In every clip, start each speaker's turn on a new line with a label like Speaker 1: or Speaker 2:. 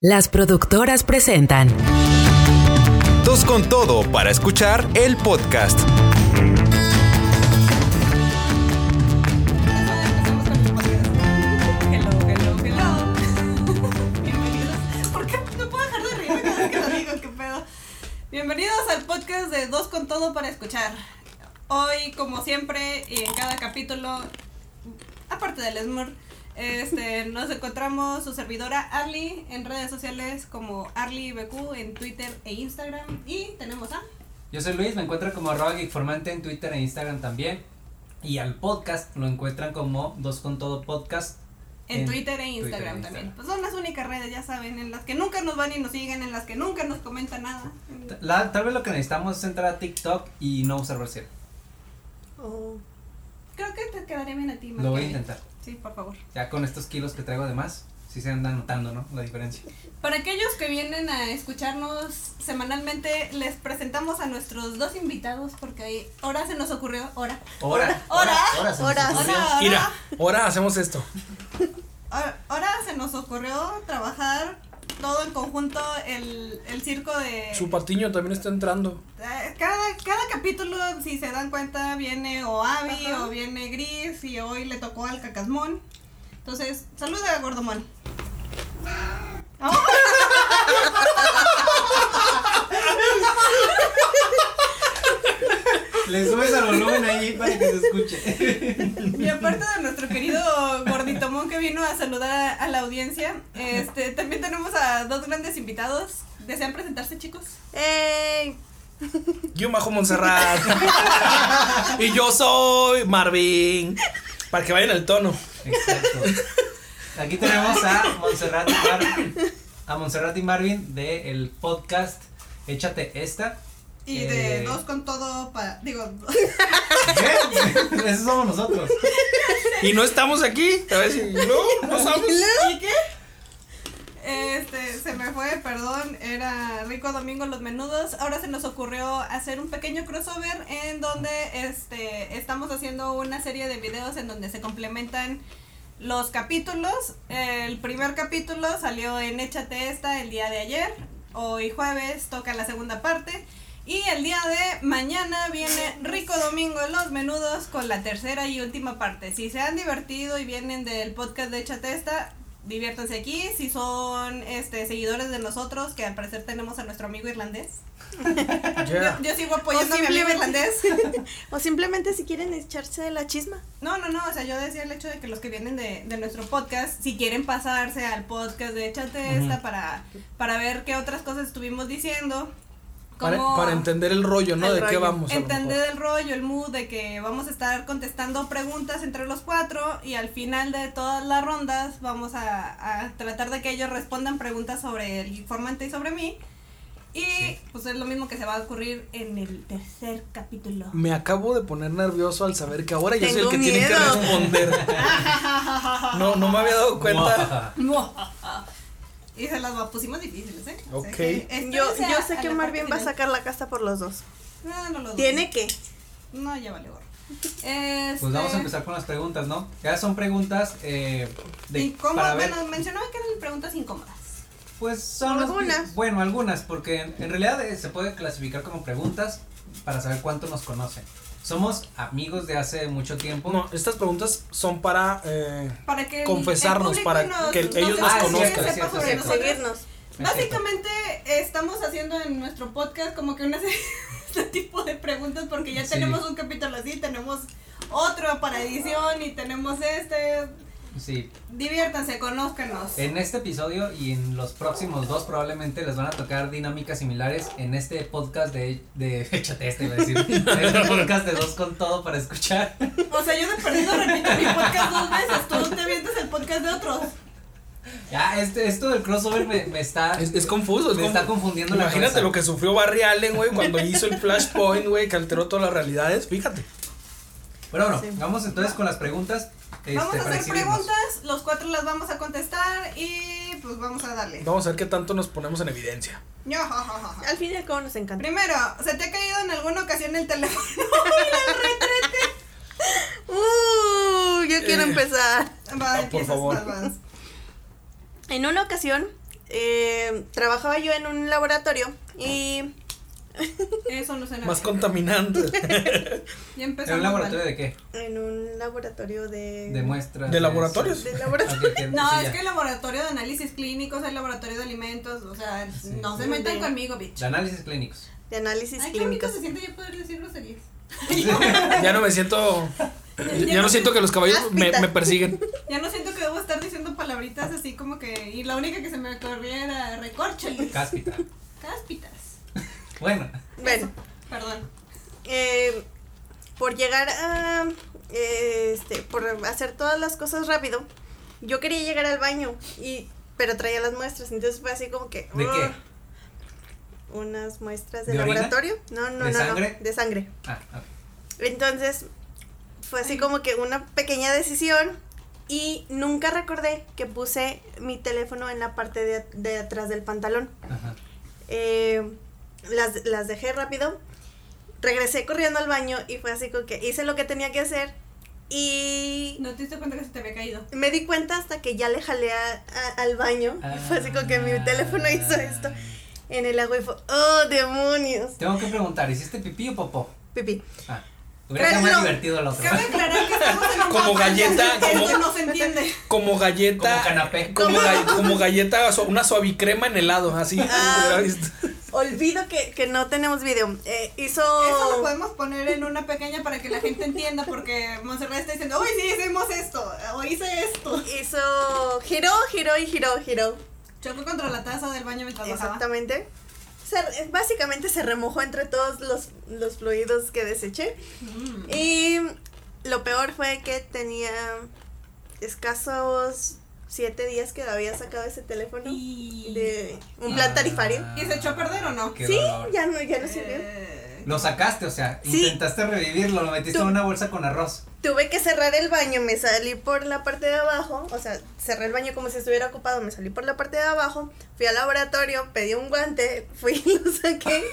Speaker 1: Las productoras presentan
Speaker 2: Dos con todo para escuchar el podcast.
Speaker 3: Empezamos con el podcast. Hello, hello, hello. Bienvenidos. ¿Por qué no puedo dejar de reírme cada vez que lo digo? ¿Qué pedo? Bienvenidos al podcast de Dos con Todo para escuchar. Hoy, como siempre, y en cada capítulo, aparte del Smur, este, nos encontramos su servidora Arly en redes sociales como ArlyBQ en Twitter e Instagram. Y tenemos a.
Speaker 4: Yo soy Luis, me encuentran como arroba geekformante en Twitter e Instagram también. Y al podcast lo encuentran como Dos con Todo Podcast.
Speaker 3: En,
Speaker 4: En
Speaker 3: Twitter e
Speaker 4: Twitter
Speaker 3: Instagram
Speaker 4: e
Speaker 3: también.
Speaker 4: Instagram.
Speaker 3: Pues son las únicas redes, ya saben, en las que nunca nos van y nos siguen, en las que nunca nos comentan nada.
Speaker 4: La- tal vez lo que necesitamos es entrar a TikTok y no usar Brasil.
Speaker 3: Creo que te quedaría bien a ti,
Speaker 4: Lo voy a
Speaker 3: Marqués.
Speaker 4: intentar.
Speaker 3: Sí, por favor.
Speaker 4: Ya con estos kilos que traigo además, sí se anda notando, ¿no? La diferencia.
Speaker 3: Para aquellos que vienen a escucharnos semanalmente, les presentamos a nuestros dos invitados porque ahí- ahora se nos ocurrió, ahora,
Speaker 4: Ahora.
Speaker 3: ahora,
Speaker 4: Ahora. se nos
Speaker 3: ahora,
Speaker 4: ocurrió.
Speaker 3: ahora,
Speaker 5: Mira, ahora hacemos esto.
Speaker 3: ahora- ahora se nos ocurrió trabajar todo en conjunto el, el circo de...
Speaker 5: Su patiño también está entrando.
Speaker 3: Eh, Cada, cada capítulo, si se dan cuenta, viene o Abby o viene Gris y hoy le tocó al Cacasmón. Entonces, saluda a Gordomón. Oh.
Speaker 4: Le subes al volumen ahí para que se escuche.
Speaker 3: Y aparte de nuestro querido Gorditomón que vino a saludar a, a la audiencia, este, también tenemos a dos grandes invitados. ¿Desean presentarse, chicos? Eh,
Speaker 6: ¡Ey!
Speaker 5: Yo bajo Montserrat. y yo soy Marvin. Para que vayan el tono.
Speaker 4: Exacto. Aquí tenemos a Montserrat y Marvin. A Montserrat y Marvin del podcast Échate esta.
Speaker 3: Y de
Speaker 4: Eh.
Speaker 3: dos con todo para... Digo,
Speaker 4: ¿Qué? Eso somos nosotros.
Speaker 5: Y no estamos aquí. A ver si. No, no estamos.
Speaker 3: ¿Y qué? Este, se me fue, perdón, era Rico Domingo Los Menudos. Ahora se nos ocurrió hacer un pequeño crossover en donde este, estamos haciendo una serie de videos en donde se complementan los capítulos. El primer capítulo salió en Échate Esta el día de ayer. Hoy jueves toca la segunda parte. Y el día de mañana viene Rico Domingo en Los Menudos con la tercera y última parte. Si se han divertido y vienen del podcast de Chatesta, diviértanse aquí. Si son este, seguidores de nosotros, que al parecer tenemos a nuestro amigo irlandés.
Speaker 5: Ya.
Speaker 3: Yo sigo apoyando
Speaker 6: O
Speaker 3: a mi amigo
Speaker 6: simplemente-
Speaker 3: irlandés.
Speaker 6: O simplemente si quieren echarse de la chisma.
Speaker 3: No, no, no, o sea, yo decía el hecho de que los que vienen de, de nuestro podcast, si quieren pasarse al podcast de Échate Esta para, para ver qué otras cosas estuvimos diciendo.
Speaker 5: Para,
Speaker 3: cómo-
Speaker 5: para entender el rollo, ¿no?
Speaker 6: El
Speaker 5: de qué
Speaker 6: rollo.
Speaker 5: vamos. a lo mejor.
Speaker 3: entender el rollo, el mood de que vamos a estar contestando preguntas entre los cuatro y al final de todas las rondas vamos a, a tratar de que ellos respondan preguntas sobre el informante y sobre mí. Y pues es lo mismo que se va a ocurrir en el tercer capítulo.
Speaker 5: Me acabo de poner nervioso al saber que ahora yo soy el
Speaker 6: Tengo
Speaker 5: que tiene que
Speaker 6: miedo.
Speaker 5: responder. No, no me había dado cuenta.
Speaker 3: y se las pusimos difíciles, ¿eh? O sea
Speaker 5: Ok.
Speaker 3: que espérense
Speaker 6: Yo, yo
Speaker 3: a-
Speaker 6: sé
Speaker 3: a
Speaker 6: que
Speaker 3: la
Speaker 6: Marvin
Speaker 3: parte
Speaker 6: va a
Speaker 3: final.
Speaker 6: sacar la casta por los dos.
Speaker 3: No, no lo dudo.
Speaker 6: Tiene que.
Speaker 3: No, ya vale, gorro.
Speaker 4: Pues vamos
Speaker 3: Este,
Speaker 4: a empezar con las preguntas, ¿no? Ya son preguntas eh, de
Speaker 3: Incómodas,
Speaker 4: para ver,
Speaker 3: bueno, mencionaba que eran preguntas incómodas.
Speaker 4: pues son las-
Speaker 6: Algunas.
Speaker 4: bueno, algunas, porque en, en realidad eh, se puede clasificar como preguntas para saber cuánto nos conocen. Somos amigos de hace mucho tiempo.
Speaker 5: No, estas preguntas son para. eh,
Speaker 3: para que el-
Speaker 5: Confesarnos,
Speaker 3: el público
Speaker 5: para
Speaker 3: nos-
Speaker 5: que
Speaker 3: nos-
Speaker 5: ellos
Speaker 4: nos
Speaker 3: ah, sí,
Speaker 4: conozcan.
Speaker 3: sepa
Speaker 4: Cierto,
Speaker 3: sobre
Speaker 4: cierto.
Speaker 3: nosotros.
Speaker 6: Seguirnos.
Speaker 3: Básicamente estamos haciendo en nuestro podcast como que una serie de este tipo de preguntas porque ya
Speaker 4: Sí.
Speaker 3: tenemos un capítulo así, tenemos otro para edición y tenemos este.
Speaker 4: Sí.
Speaker 3: Diviértanse, conózcanos.
Speaker 4: En este episodio y en los próximos dos probablemente les van a tocar dinámicas similares en este podcast de... de échate este, iba a decir. En este podcast de dos con todo para escuchar.
Speaker 3: O sea, yo de perdido repito mi podcast dos veces, tú te vientes el podcast de otros.
Speaker 4: Ya, este, esto del crossover me, me está...
Speaker 5: Es, es confuso, es
Speaker 4: me está
Speaker 5: confu-
Speaker 4: confundiendo la
Speaker 5: Imagínate
Speaker 4: cabeza.
Speaker 5: lo que sufrió Barry Allen, güey, cuando hizo el Flashpoint, güey, que alteró todas las realidades. Fíjate.
Speaker 4: Pero bueno,
Speaker 6: Sí.
Speaker 4: vamos entonces con las preguntas. Este,
Speaker 3: vamos a
Speaker 4: para
Speaker 3: hacer
Speaker 4: exhibirnos.
Speaker 3: preguntas, los cuatro las vamos a contestar y pues vamos a darle.
Speaker 5: Vamos a ver qué tanto nos ponemos en evidencia.
Speaker 3: Yo, ja, ja, ja, ja.
Speaker 6: Al fin y al cabo nos encanta.
Speaker 3: Primero, ¿se te ha caído en alguna ocasión el teléfono?
Speaker 6: ¡Uh! Yo quiero
Speaker 5: Eh.
Speaker 6: empezar.
Speaker 3: Va,
Speaker 6: ¡Uh!
Speaker 5: Ah, por
Speaker 3: Eh. empiezas,
Speaker 5: favor.
Speaker 3: vas, vas.
Speaker 6: En una ocasión eh, trabajaba yo en un laboratorio y
Speaker 3: Eso no suena
Speaker 7: Más
Speaker 3: bien.
Speaker 7: contaminante.
Speaker 3: Ya
Speaker 4: ¿En
Speaker 3: empezamos
Speaker 4: un laboratorio
Speaker 3: mal.
Speaker 4: de qué?
Speaker 6: en un laboratorio de...
Speaker 4: De muestras.
Speaker 7: ¿De laboratorios?
Speaker 6: Eh, de
Speaker 4: Ah,
Speaker 6: laboratorio.
Speaker 4: ok, entiendo,
Speaker 3: No,
Speaker 4: sí,
Speaker 3: es
Speaker 4: ya.
Speaker 3: que el laboratorio de análisis clínicos, el laboratorio de alimentos, o sea,
Speaker 4: Sí,
Speaker 3: no
Speaker 4: sí.
Speaker 3: se metan
Speaker 6: De-
Speaker 3: conmigo, bitch.
Speaker 4: De análisis clínicos.
Speaker 6: De análisis
Speaker 3: Ay, qué bonito
Speaker 6: clínicos.
Speaker 3: se siente yo poder decir groserías.
Speaker 7: Ya no me siento. Ya no siento que los caballos me, me persiguen.
Speaker 3: Ya no siento que debo estar diciendo palabritas así como que. Y la única que se me ocurría era recorcholis.
Speaker 4: Cáspita.
Speaker 3: Cáspitas.
Speaker 4: Bueno.
Speaker 6: Bueno,
Speaker 3: Perdón.
Speaker 6: eh, por llegar a... eh, este, por hacer todas las cosas rápido, yo quería llegar al baño, y pero traía las muestras, entonces fue así como que...
Speaker 4: ¿De qué?
Speaker 6: "Ugh". Unas muestras
Speaker 4: ¿De
Speaker 6: del
Speaker 4: orina?
Speaker 6: laboratorio. No, no,
Speaker 4: ¿De
Speaker 6: no,
Speaker 4: sangre?
Speaker 6: no. De sangre.
Speaker 4: Ah, ok.
Speaker 6: Entonces, fue así como que una pequeña decisión y nunca recordé que puse mi teléfono en la parte de, de atrás del pantalón.
Speaker 4: Ajá.
Speaker 6: Eh, las, las dejé rápido, regresé corriendo al baño y fue así como que hice lo que tenía que hacer y
Speaker 3: No te diste cuenta que se te había caído.
Speaker 6: me di cuenta hasta que ya le jalé a- a- al baño y fue así como que mi
Speaker 3: Ah.
Speaker 6: teléfono hizo esto en el agua y fue, oh demonios,
Speaker 4: Ah, Tengo que preguntar, ¿hiciste pipí o popó?
Speaker 6: pipí.
Speaker 4: Ah, hubiera sido
Speaker 6: Pero
Speaker 4: más
Speaker 6: no.
Speaker 4: divertido el otro.
Speaker 3: Cabe aclarar que estamos en un
Speaker 7: Como
Speaker 3: podcast,
Speaker 7: galleta,
Speaker 3: así que
Speaker 7: como-
Speaker 3: Esto no se entiende.
Speaker 7: Como galleta.
Speaker 4: Como canapé.
Speaker 7: Como, ga- como galleta, so- una suavicrema en helado, así.
Speaker 6: Ah. Olvido que, que no tenemos video. Eh, hizo...
Speaker 3: Eso lo podemos poner en una pequeña para que la gente entienda, porque Monserrat está diciendo, uy, sí, hicimos esto, o hice esto.
Speaker 6: Hizo giró, giró y giró, giró.
Speaker 3: Chocó contra la taza del baño mientras bajaba.
Speaker 6: Exactamente. Se re- básicamente se remojó entre todos los, los fluidos que deseché.
Speaker 3: Mm.
Speaker 6: Y lo peor fue que tenía escasos siete días que había sacado ese teléfono
Speaker 3: Y...
Speaker 6: de un plan tarifario.
Speaker 4: Ah,
Speaker 3: ¿Y se echó a perder o no?
Speaker 4: qué
Speaker 6: sí,
Speaker 4: dolor.
Speaker 6: ya no, ya no sirvió.
Speaker 3: Eh,
Speaker 4: Lo sacaste, o sea,
Speaker 6: Sí.
Speaker 4: intentaste revivirlo, lo metiste
Speaker 6: Tú-
Speaker 4: en una bolsa con arroz.
Speaker 6: Tuve que cerrar el baño, me salí por la parte de abajo, o sea, cerré el baño como si estuviera ocupado, me salí por la parte de abajo, fui al laboratorio, pedí un guante, fui y lo saqué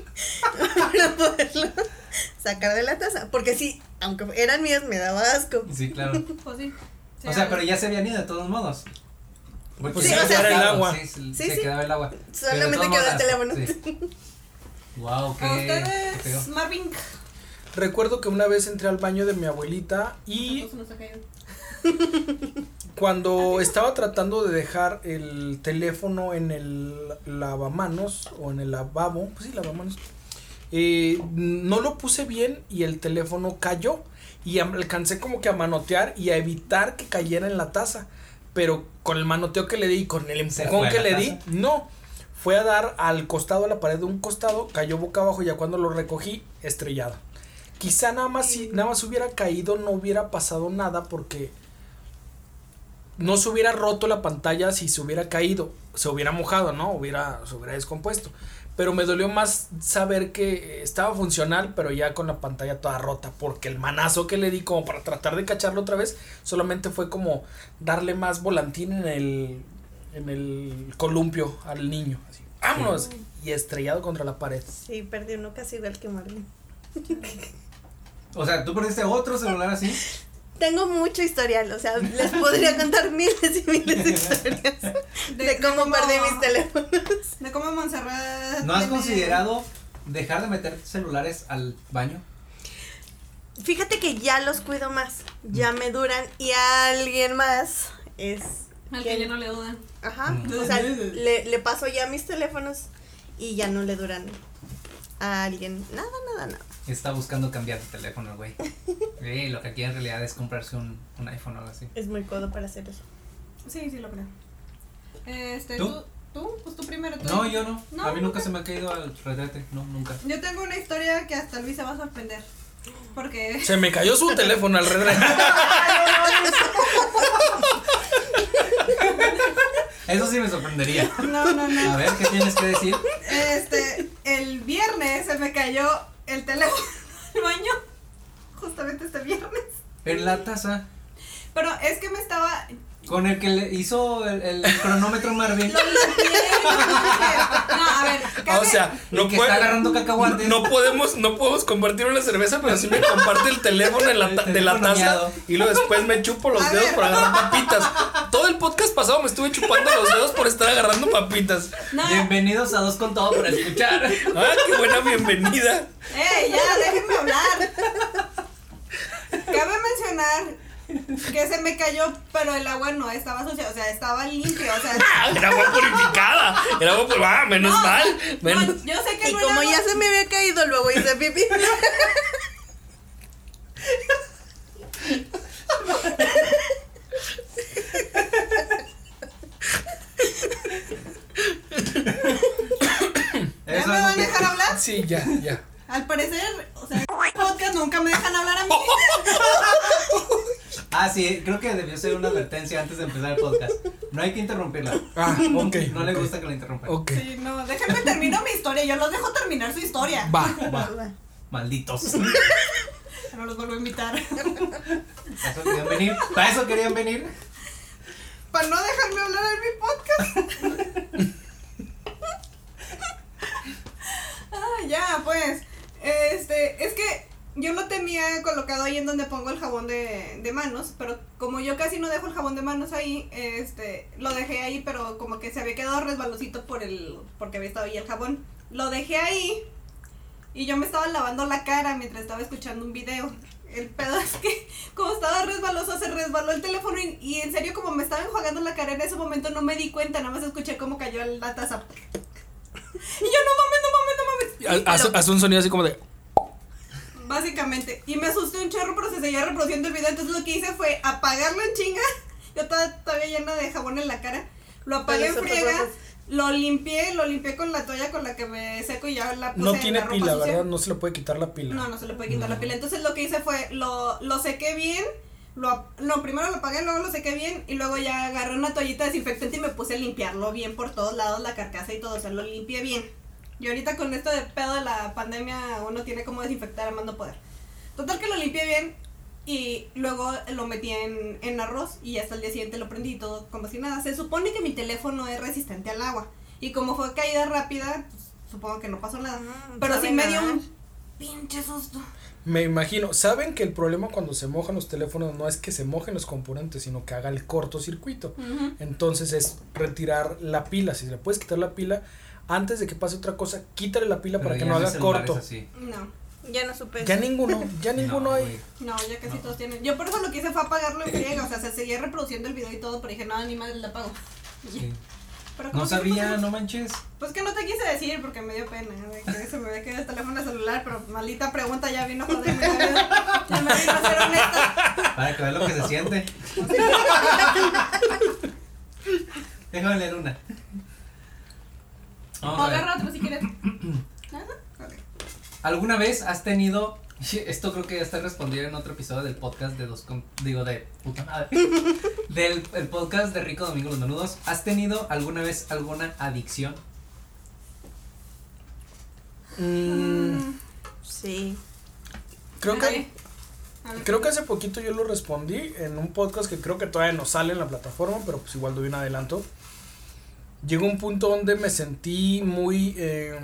Speaker 6: para poderlo sacar de la taza, porque sí, aunque eran míos, me daba asco.
Speaker 4: Sí, claro.
Speaker 3: pues sí. Sí,
Speaker 4: O sea, pero ya se habían ido de todos modos.
Speaker 7: pues
Speaker 6: sí, o sea,
Speaker 7: era el
Speaker 4: claro,
Speaker 7: agua.
Speaker 4: Sí, sí,
Speaker 6: Sí,
Speaker 4: se
Speaker 6: sí.
Speaker 4: quedaba el agua.
Speaker 6: Solamente quedó el teléfono.
Speaker 4: Wow, qué,
Speaker 3: A
Speaker 4: qué feo.
Speaker 3: ustedes, Marvin.
Speaker 7: Recuerdo que una vez entré al baño de mi abuelita y
Speaker 3: Entonces nos Pues ha caído.
Speaker 7: cuando estaba tratando de dejar el teléfono en el lavamanos o en el lavabo, pues sí, lavamanos, eh, no lo puse bien y el teléfono cayó y am- alcancé como que a manotear y a evitar que cayera en la taza, pero con el manoteo que le di y con el
Speaker 4: ¿Se
Speaker 7: empujón
Speaker 4: fue a
Speaker 7: que
Speaker 4: la
Speaker 7: le
Speaker 4: taza?
Speaker 7: di, no. Fue a dar al costado, a la pared de un costado, cayó boca abajo y ya cuando lo recogí, estrellado. Quizá nada más si nada más hubiera caído, no hubiera pasado nada porque no se hubiera roto la pantalla si se hubiera caído, se hubiera mojado, ¿no? Hubiera, se hubiera descompuesto. Pero me dolió más saber que estaba funcional, pero ya con la pantalla toda rota, porque el manazo que le di como para tratar de cacharlo otra vez, solamente fue como darle más volantín en el, en el columpio al niño. Así, vámonos. Y estrellado contra la pared.
Speaker 6: Sí, perdí uno casi igual que Marlene.
Speaker 4: O sea, tú perdiste otro celular así.
Speaker 6: Tengo mucho historial, o sea, les podría contar miles y miles de historias de, cómo perdí mis teléfonos.
Speaker 3: De cómo Monserrat.
Speaker 4: ¿No has
Speaker 3: tiene-
Speaker 4: considerado dejar de meter celulares al baño?
Speaker 6: Fíjate que ya los cuido más, ya me duran y alguien más es...
Speaker 3: Al que ya no le dudan.
Speaker 6: Ajá,
Speaker 4: Mm.
Speaker 6: o sea, le, le paso ya mis teléfonos y ya no le duran a alguien nada, nada, nada.
Speaker 4: Está buscando cambiar de teléfono, güey. Sí, lo que aquí en realidad es comprarse un, un iPhone o algo así.
Speaker 6: Es muy codo para hacer eso.
Speaker 3: Sí, sí lo creo. Este,
Speaker 4: ¿Tú?
Speaker 3: ¿tú? ¿Tú? Pues tú primero. Tú.
Speaker 4: No, yo no.
Speaker 3: No,
Speaker 4: a mí nunca
Speaker 3: nunca.
Speaker 4: se me ha caído al retrete. No, nunca.
Speaker 3: Yo tengo una historia que hasta Luis se va a sorprender. Porque.
Speaker 7: Se me cayó su teléfono al redre-
Speaker 4: Eso sí me sorprendería.
Speaker 3: No, no,
Speaker 4: A
Speaker 3: no.
Speaker 4: ver, ¿qué tienes que decir?
Speaker 3: Este, el viernes se me cayó el teléfono al baño. Justamente este viernes.
Speaker 4: En la taza.
Speaker 3: Pero es que me estaba.
Speaker 4: Con el que le hizo el, el cronómetro Marvin.
Speaker 3: Lo limpié. No, A ver,
Speaker 5: Ah,
Speaker 3: cabe-
Speaker 5: o sea, no,
Speaker 4: El que
Speaker 5: puede-
Speaker 4: está agarrando cacahuates.
Speaker 5: no podemos no podemos compartir una cerveza, pero sí me comparte el teléfono en la ta-
Speaker 4: El
Speaker 5: de la
Speaker 4: teléfono
Speaker 5: taza
Speaker 4: miado.
Speaker 5: y luego después me chupo los
Speaker 3: A
Speaker 5: dedos
Speaker 3: ver.
Speaker 5: para agarrar papitas. Todo el podcast pasado me estuve chupando los dedos por estar agarrando papitas.
Speaker 3: no,
Speaker 4: Bienvenidos a Dos con Todo para escuchar.
Speaker 5: Ah, qué buena bienvenida.
Speaker 3: ¡Eh, ya, déjenme hablar! Cabe mencionar que se me cayó, pero el agua no estaba sucia, o sea, estaba limpia, o sea...
Speaker 5: Ah, Era agua purificada. Era agua pur- Ah, menos
Speaker 3: no,
Speaker 5: mal.
Speaker 3: no,
Speaker 5: menos-
Speaker 3: yo sé que
Speaker 6: Y
Speaker 3: no
Speaker 6: como
Speaker 3: era
Speaker 6: ya se me había caído, luego hice pipí.
Speaker 3: ¿Ya
Speaker 4: Eso
Speaker 3: me
Speaker 4: es lo
Speaker 3: van a
Speaker 4: que-
Speaker 3: dejar hablar?
Speaker 5: Sí, ya, ya.
Speaker 3: Al parecer, o sea, podcast nunca me dejan hablar a mí.
Speaker 4: Ah, sí, creo que debió ser una advertencia antes de empezar el podcast. No hay que interrumpirla.
Speaker 5: Ah, ok.
Speaker 4: No le gusta que la interrumpan.
Speaker 5: Ok.
Speaker 3: Sí, no, déjenme termino mi historia, yo los dejo terminar su historia.
Speaker 5: Va.
Speaker 4: Va. Malditos.
Speaker 3: No los vuelvo a invitar.
Speaker 4: ¿Para eso querían venir? ¿Para eso querían venir?
Speaker 3: Para no dejarme hablar en mi podcast. ah, ya, pues. Este, es que yo lo tenía colocado ahí en donde pongo el jabón de, de manos, pero como yo casi no dejo el jabón de manos ahí, este, lo dejé ahí, pero como que se había quedado resbalosito por el, porque había estado ahí el jabón. Lo dejé ahí y yo me estaba lavando la cara mientras estaba escuchando un video. El pedo es que como estaba resbaloso, se resbaló el teléfono y, y en serio como me estaba enjuagando la cara en ese momento no me di cuenta, nada más escuché cómo cayó la taza. Y yo no mames, no mames, no mames.
Speaker 5: Haz, haz un sonido así como de.
Speaker 3: Básicamente. Y me asusté un chorro, pero se seguía reproduciendo el video. Entonces lo que hice fue apagarlo en chinga. Yo toda- todavía llena de jabón en la cara. Lo apagué en
Speaker 6: Pero eso te
Speaker 3: friega.
Speaker 6: acuerdas.
Speaker 3: Lo limpié, lo limpié con la toalla con la que me seco y ya la puse
Speaker 5: No
Speaker 3: en
Speaker 5: tiene
Speaker 3: la ropa
Speaker 5: pila,
Speaker 3: sucia.
Speaker 5: ¿verdad? No se le puede quitar la pila. Mm.
Speaker 3: No, no se le puede quitar
Speaker 5: No.
Speaker 3: la pila. Entonces lo que hice fue, lo, lo sequé bien, lo, ap- lo primero lo apagué, luego lo sequé bien y luego ya agarré una toallita desinfectante y me puse a limpiarlo bien por todos lados, la carcasa y todo, o sea, lo limpié bien. Y ahorita con esto de pedo de la pandemia uno tiene como desinfectar a mando poder. Total que lo limpié bien y luego lo metí en, en arroz y hasta el día siguiente lo prendí y todo como si nada. Se supone que mi teléfono es resistente al agua y como fue caída rápida, pues, supongo que no pasó nada.
Speaker 6: Ah,
Speaker 3: Pero sí
Speaker 6: sabe
Speaker 3: me dio
Speaker 6: nadar.
Speaker 3: un pinche susto.
Speaker 5: Me imagino, ¿saben que el problema cuando se mojan los teléfonos no es que se mojen los componentes, sino que haga el cortocircuito? Entonces es retirar la pila. Si le puedes quitar la pila, antes de que pase otra cosa, quítale la pila para
Speaker 4: Pero
Speaker 5: que
Speaker 4: ya
Speaker 5: no
Speaker 4: hay
Speaker 5: haga
Speaker 4: celulares
Speaker 5: corto.
Speaker 4: así.
Speaker 3: No,
Speaker 6: Ya no supe.
Speaker 5: Ya ninguno, ya ninguno
Speaker 4: No,
Speaker 5: hay.
Speaker 4: güey.
Speaker 3: no, ya casi todos tienen. Yo por eso lo que hice fue apagarlo en friega, o sea, se seguía reproduciendo el video y todo, pero dije, no, ni madre, lo apago.
Speaker 4: Sí.
Speaker 3: Pero como
Speaker 4: No
Speaker 3: que-
Speaker 4: sabía, no manches.
Speaker 3: Pues que no te quise decir porque me dio pena de que se me había quedado el teléfono celular, pero maldita pregunta ya vino a joderme la vida. Ya me vino a ser honesta.
Speaker 4: Para que veas lo que se siente. Déjame leer una.
Speaker 3: O
Speaker 4: Vamos a ver.
Speaker 3: agarra otro si quieres. ¿Nada? Ok.
Speaker 4: ¿Alguna vez has tenido esto creo que ya está respondido en otro episodio del podcast de dos con- digo de puta madre del el podcast de Rico Domingo los Menudos ¿has tenido alguna vez alguna adicción?
Speaker 5: Mm,
Speaker 6: Sí.
Speaker 5: creo que
Speaker 3: Ándale. A ver.
Speaker 5: creo que hace poquito yo lo respondí en un podcast que creo que todavía no sale en la plataforma, pero pues igual doy un adelanto. Llegó un punto donde me sentí muy eh,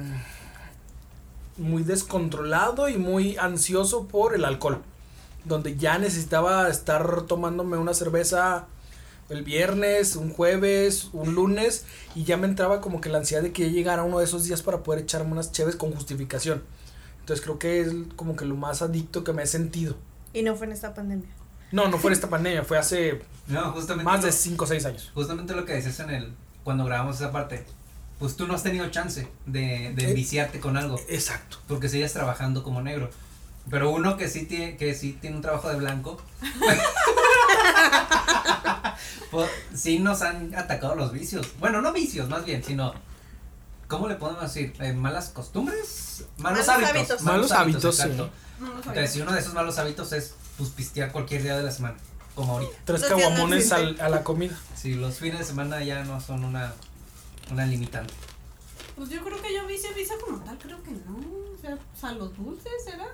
Speaker 5: muy descontrolado y muy ansioso por el alcohol, donde ya necesitaba estar tomándome una cerveza el viernes, un jueves, un lunes y ya me entraba como que la ansiedad de que ya llegara uno de esos días para poder echarme unas cheves con justificación. Entonces creo que es como que lo más adicto que me he sentido.
Speaker 6: Y no fue en esta pandemia.
Speaker 5: No, no fue en esta pandemia, fue hace
Speaker 4: No, justamente
Speaker 5: más
Speaker 4: lo-
Speaker 5: de 5 o 6 años.
Speaker 4: justamente lo que decías en el cuando grabamos esa parte pues tú no has tenido chance de, de
Speaker 5: Ok.
Speaker 4: viciarte con algo
Speaker 5: Exacto.
Speaker 4: porque sigues trabajando como negro pero uno que sí tiene que sí tiene un trabajo de blanco pues, sí nos han atacado los vicios bueno no vicios más bien sino cómo le podemos decir Eh, malas costumbres malos,
Speaker 6: Malos
Speaker 4: hábitos,
Speaker 6: hábitos.
Speaker 5: Malos hábitos, sí.
Speaker 4: exacto.
Speaker 3: No lo sabía.
Speaker 4: entonces si uno de esos malos hábitos es pues pistear cualquier día de la semana como ahorita
Speaker 5: Tres
Speaker 6: Los que andan
Speaker 5: caguamones
Speaker 6: sin
Speaker 5: al- a la comida.
Speaker 4: si los fines de semana ya no son una una limitante
Speaker 3: Pues yo creo que yo vicio, vicio como tal, creo que no. O sea, pues a los dulces, ¿será?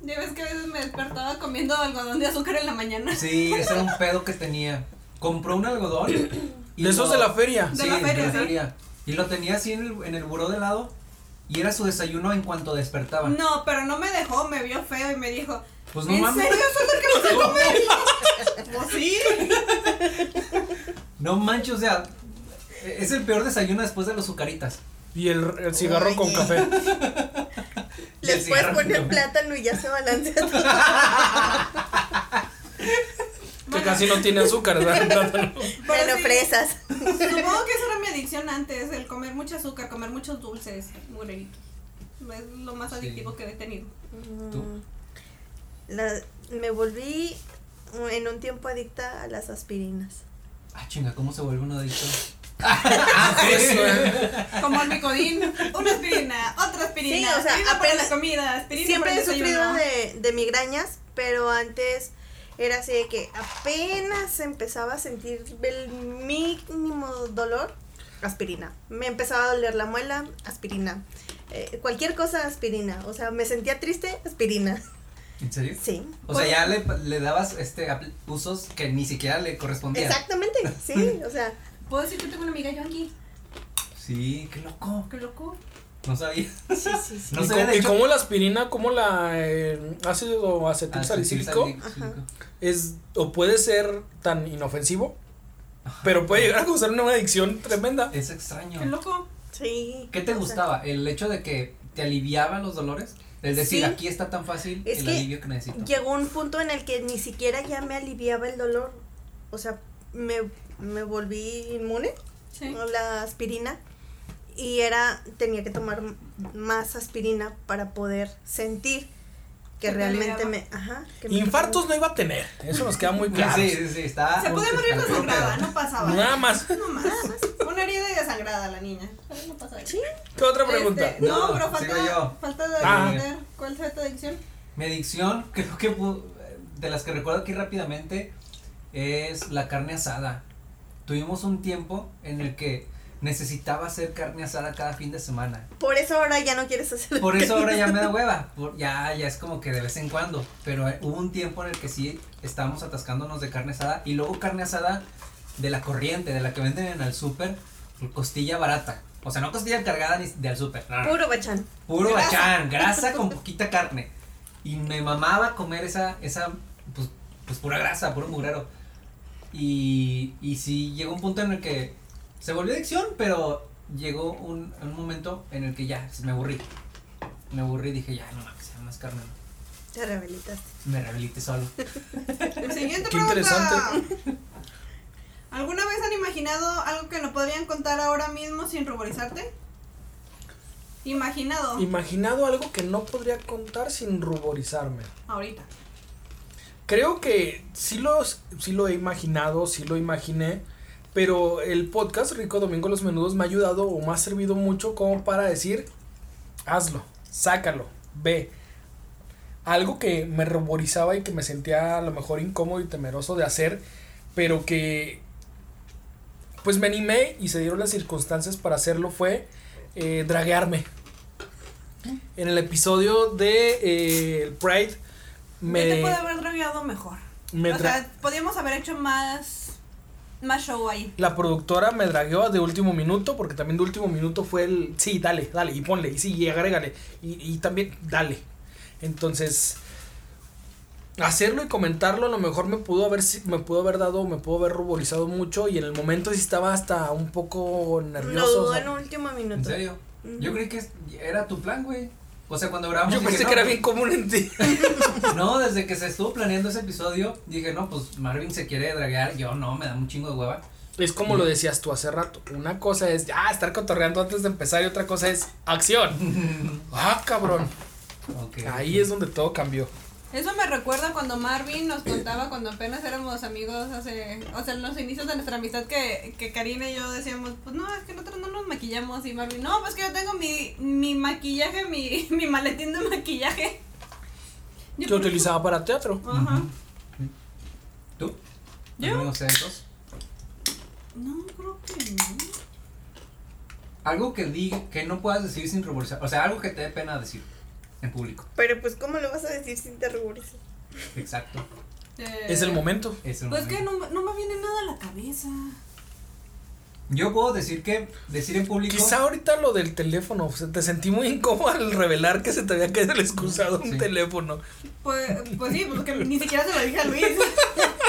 Speaker 3: Ya ves que a veces me despertaba comiendo algodón de azúcar en la mañana.
Speaker 4: Sí, ese era un pedo que tenía. Compró un algodón.
Speaker 5: de esos de la feria.
Speaker 3: De la feria, sí.
Speaker 4: feria. Y lo tenía así en el, en el buró de lado. Y era su desayuno en cuanto despertaba.
Speaker 3: No, pero no me dejó, me vio feo y me dijo,
Speaker 4: Pues no
Speaker 3: ¿en
Speaker 4: mames.
Speaker 3: serio eso es lo que vas a comer? pues sí.
Speaker 4: No manches, o sea, es el peor desayuno después de los azucaritas.
Speaker 5: Y el, el cigarro
Speaker 6: Oye.
Speaker 5: con café.
Speaker 4: Y
Speaker 6: Les
Speaker 4: el
Speaker 6: puedes
Speaker 4: cigarro,
Speaker 6: poner
Speaker 4: ¿no?
Speaker 6: plátano y ya se balancea todo.
Speaker 5: Que casi no tiene azúcar, ¿verdad?
Speaker 6: Bueno,
Speaker 3: sí,
Speaker 6: fresas.
Speaker 3: Supongo que esa era mi adicción antes, el comer mucho azúcar, comer muchos dulces, mugrerito. Es lo más
Speaker 4: Sí.
Speaker 3: adictivo que he tenido.
Speaker 4: ¿Tú?
Speaker 6: La- me volví en un tiempo adicta a las aspirinas.
Speaker 4: Ah, chinga, ¿cómo se vuelve uno adicto?
Speaker 5: Eso, eh.
Speaker 3: Como el micodín, una aspirina, otra aspirina,
Speaker 6: Sí, o sea,
Speaker 3: aspirina para
Speaker 6: apenas-
Speaker 3: la comida, aspirina
Speaker 6: Siempre
Speaker 3: para
Speaker 6: he
Speaker 3: el
Speaker 6: sufrido
Speaker 3: desayuno.
Speaker 6: de, de migrañas, pero antes era así de que apenas empezaba a sentir el mínimo dolor, aspirina. Me empezaba a doler la muela, aspirina. Eh, cualquier cosa, aspirina. O sea, me sentía triste, aspirina.
Speaker 4: ¿En serio?
Speaker 6: Sí.
Speaker 4: O sea, ya le, le dabas este apl- usos que ni siquiera le correspondían.
Speaker 6: Exactamente, sí. O sea,
Speaker 3: Puedo decir que tengo una amiga Yonki,
Speaker 4: Sí, qué loco.
Speaker 3: qué loco.
Speaker 4: No sabía.
Speaker 6: sí, sí, sí.
Speaker 4: No
Speaker 5: ¿Y,
Speaker 4: sabía
Speaker 5: cómo,
Speaker 4: de
Speaker 5: y
Speaker 4: hecho.
Speaker 5: cómo la aspirina, como la eh, ácido acetil
Speaker 4: Ah,
Speaker 5: salicílico
Speaker 4: salicílico.
Speaker 6: Ajá.
Speaker 5: es o puede ser tan inofensivo, pero puede llegar a causar una adicción tremenda.
Speaker 4: Es extraño.
Speaker 3: Qué loco.
Speaker 6: Sí.
Speaker 4: ¿Qué te
Speaker 6: o sea,
Speaker 4: gustaba? ¿El hecho de que te aliviaba los dolores? Es decir,
Speaker 6: Sí.
Speaker 4: aquí está tan fácil
Speaker 6: Es
Speaker 4: el
Speaker 6: que
Speaker 4: alivio que necesito.
Speaker 6: Llegó un punto en el que ni siquiera ya me aliviaba el dolor. O sea, me, me volví inmune
Speaker 3: Sí.
Speaker 6: a la aspirina y era tenía que tomar m- más aspirina para poder sentir que
Speaker 3: Que te
Speaker 6: realmente
Speaker 3: aliviaba.
Speaker 6: me, ajá, que me-
Speaker 5: Infartos no iba a tener, eso nos queda muy claro.
Speaker 4: Sí, sí, sí, está.
Speaker 3: Se puede morir
Speaker 4: está feo,
Speaker 3: desangrada,
Speaker 4: pero-
Speaker 3: no pasaba.
Speaker 5: Nada más.
Speaker 3: No más. Una herida y desangrada la niña. No pasa nada.
Speaker 6: Sí,
Speaker 5: ¿Qué otra pregunta?
Speaker 3: Este, no,
Speaker 4: No,
Speaker 3: pero falta,
Speaker 4: sigo yo.
Speaker 3: falta de
Speaker 5: Ah.
Speaker 3: entender cuál fue tu adicción.
Speaker 4: Mi adicción, creo que pu- de las que recuerdo aquí rápidamente, es la carne asada. Tuvimos un tiempo en el que necesitaba hacer carne asada cada fin de semana.
Speaker 6: por eso ahora ya no quieres hacer.
Speaker 4: Por eso ahora ya me da hueva. por- ya, ya es como que de vez en cuando. Pero eh, hubo un tiempo en el que sí estábamos atascándonos de carne asada. Y luego carne asada de la corriente, de la que venden en el súper, costilla barata. O sea, no costilla cargada ni del súper. no, no, no.
Speaker 6: Puro bachán.
Speaker 4: Puro
Speaker 3: Grasa.
Speaker 4: bachán, grasa con poquita carne. Y me mamaba comer esa, esa, pues, pues pura grasa, puro mugrero. Y, y sí, llegó un punto en el que se volvió adicción, pero llegó un, un momento en el que ya, se me aburrí. Me aburrí y dije, ya, no, que sea más carne. no.
Speaker 6: Te rehabilitaste.
Speaker 4: Me rehabilité solo.
Speaker 3: Siguiente
Speaker 5: Qué
Speaker 3: pregunta.
Speaker 5: interesante.
Speaker 3: ¿Alguna vez han imaginado algo que no podrían contar ahora mismo sin ruborizarte? Imaginado.
Speaker 5: Imaginado algo que no podría contar sin ruborizarme.
Speaker 3: Ahorita.
Speaker 5: Creo que sí, los, sí lo he imaginado, sí lo imaginé, pero el podcast Rico Domingo Los Menudos me ha ayudado o me ha servido mucho como para decir, hazlo, sácalo, ve. Algo que me ruborizaba y que me sentía a lo mejor incómodo y temeroso de hacer, pero que pues me animé y se dieron las circunstancias para hacerlo fue eh, draguearme. En el episodio de eh, el Pride me...
Speaker 3: Yo te puedo haber dragueado mejor.
Speaker 5: Me
Speaker 3: o
Speaker 5: dra-
Speaker 3: sea, podíamos haber hecho más, más show ahí.
Speaker 5: la productora me dragueó de último minuto, porque también de último minuto fue el, sí, dale, dale, y ponle, y sí, y agrégale, y, y también, dale. Entonces, hacerlo y comentarlo a lo mejor me pudo haber, si- me pudo haber dado, me pudo haber ruborizado mucho, y en el momento sí estaba hasta un poco
Speaker 6: Lo
Speaker 5: nervioso. o
Speaker 6: dudó
Speaker 5: sea,
Speaker 6: en un último
Speaker 4: ¿En
Speaker 6: minuto.
Speaker 4: serio? Yo
Speaker 6: Ujú.
Speaker 4: creí que es- era tu plan, güey. O sea, cuando grabamos...
Speaker 5: yo
Speaker 4: dije,
Speaker 5: pensé
Speaker 4: "No, pues,
Speaker 5: que era bien común en ti.
Speaker 4: No, desde que se estuvo planeando ese episodio, dije, no, pues Marvin se quiere draguear, yo no, me da un chingo de hueva.
Speaker 5: Es como lo decías tú hace rato. Una cosa es ya estar cotorreando antes de empezar y otra cosa es acción. ah, cabrón.
Speaker 4: Ok.
Speaker 5: Ahí es donde todo cambió.
Speaker 3: Eso me recuerda cuando Marvin nos contaba cuando apenas éramos amigos hace, o sea, en los inicios de nuestra amistad que, que Karina y yo decíamos, pues no, es que nosotros no nos maquillamos y Marvin, no, pues que yo tengo mi, mi maquillaje, mi, mi maletín de maquillaje.
Speaker 5: Yo utilizaba para teatro.
Speaker 3: Ajá.
Speaker 4: ¿Tú?
Speaker 3: ¿Yo?
Speaker 4: ¿Algunos eventos?
Speaker 3: No, creo que no.
Speaker 4: Algo que diga, que no puedas decir sin ruborizar, o sea, algo que te dé pena decir en público.
Speaker 6: Pero pues cómo lo vas a decir sin te ruborizar.
Speaker 4: Exacto.
Speaker 3: Eh,
Speaker 5: Es el momento.
Speaker 4: Es el
Speaker 3: Pues que
Speaker 4: momento.
Speaker 3: no, no me viene nada a la cabeza.
Speaker 4: Yo puedo decir que decir en público.
Speaker 5: Quizá ahorita lo del teléfono, o sea, te sentí muy incómodo al revelar que se te había caído el excusado un
Speaker 4: Sí.
Speaker 5: teléfono.
Speaker 3: Pues, pues sí, porque ni siquiera se lo dije a Luis.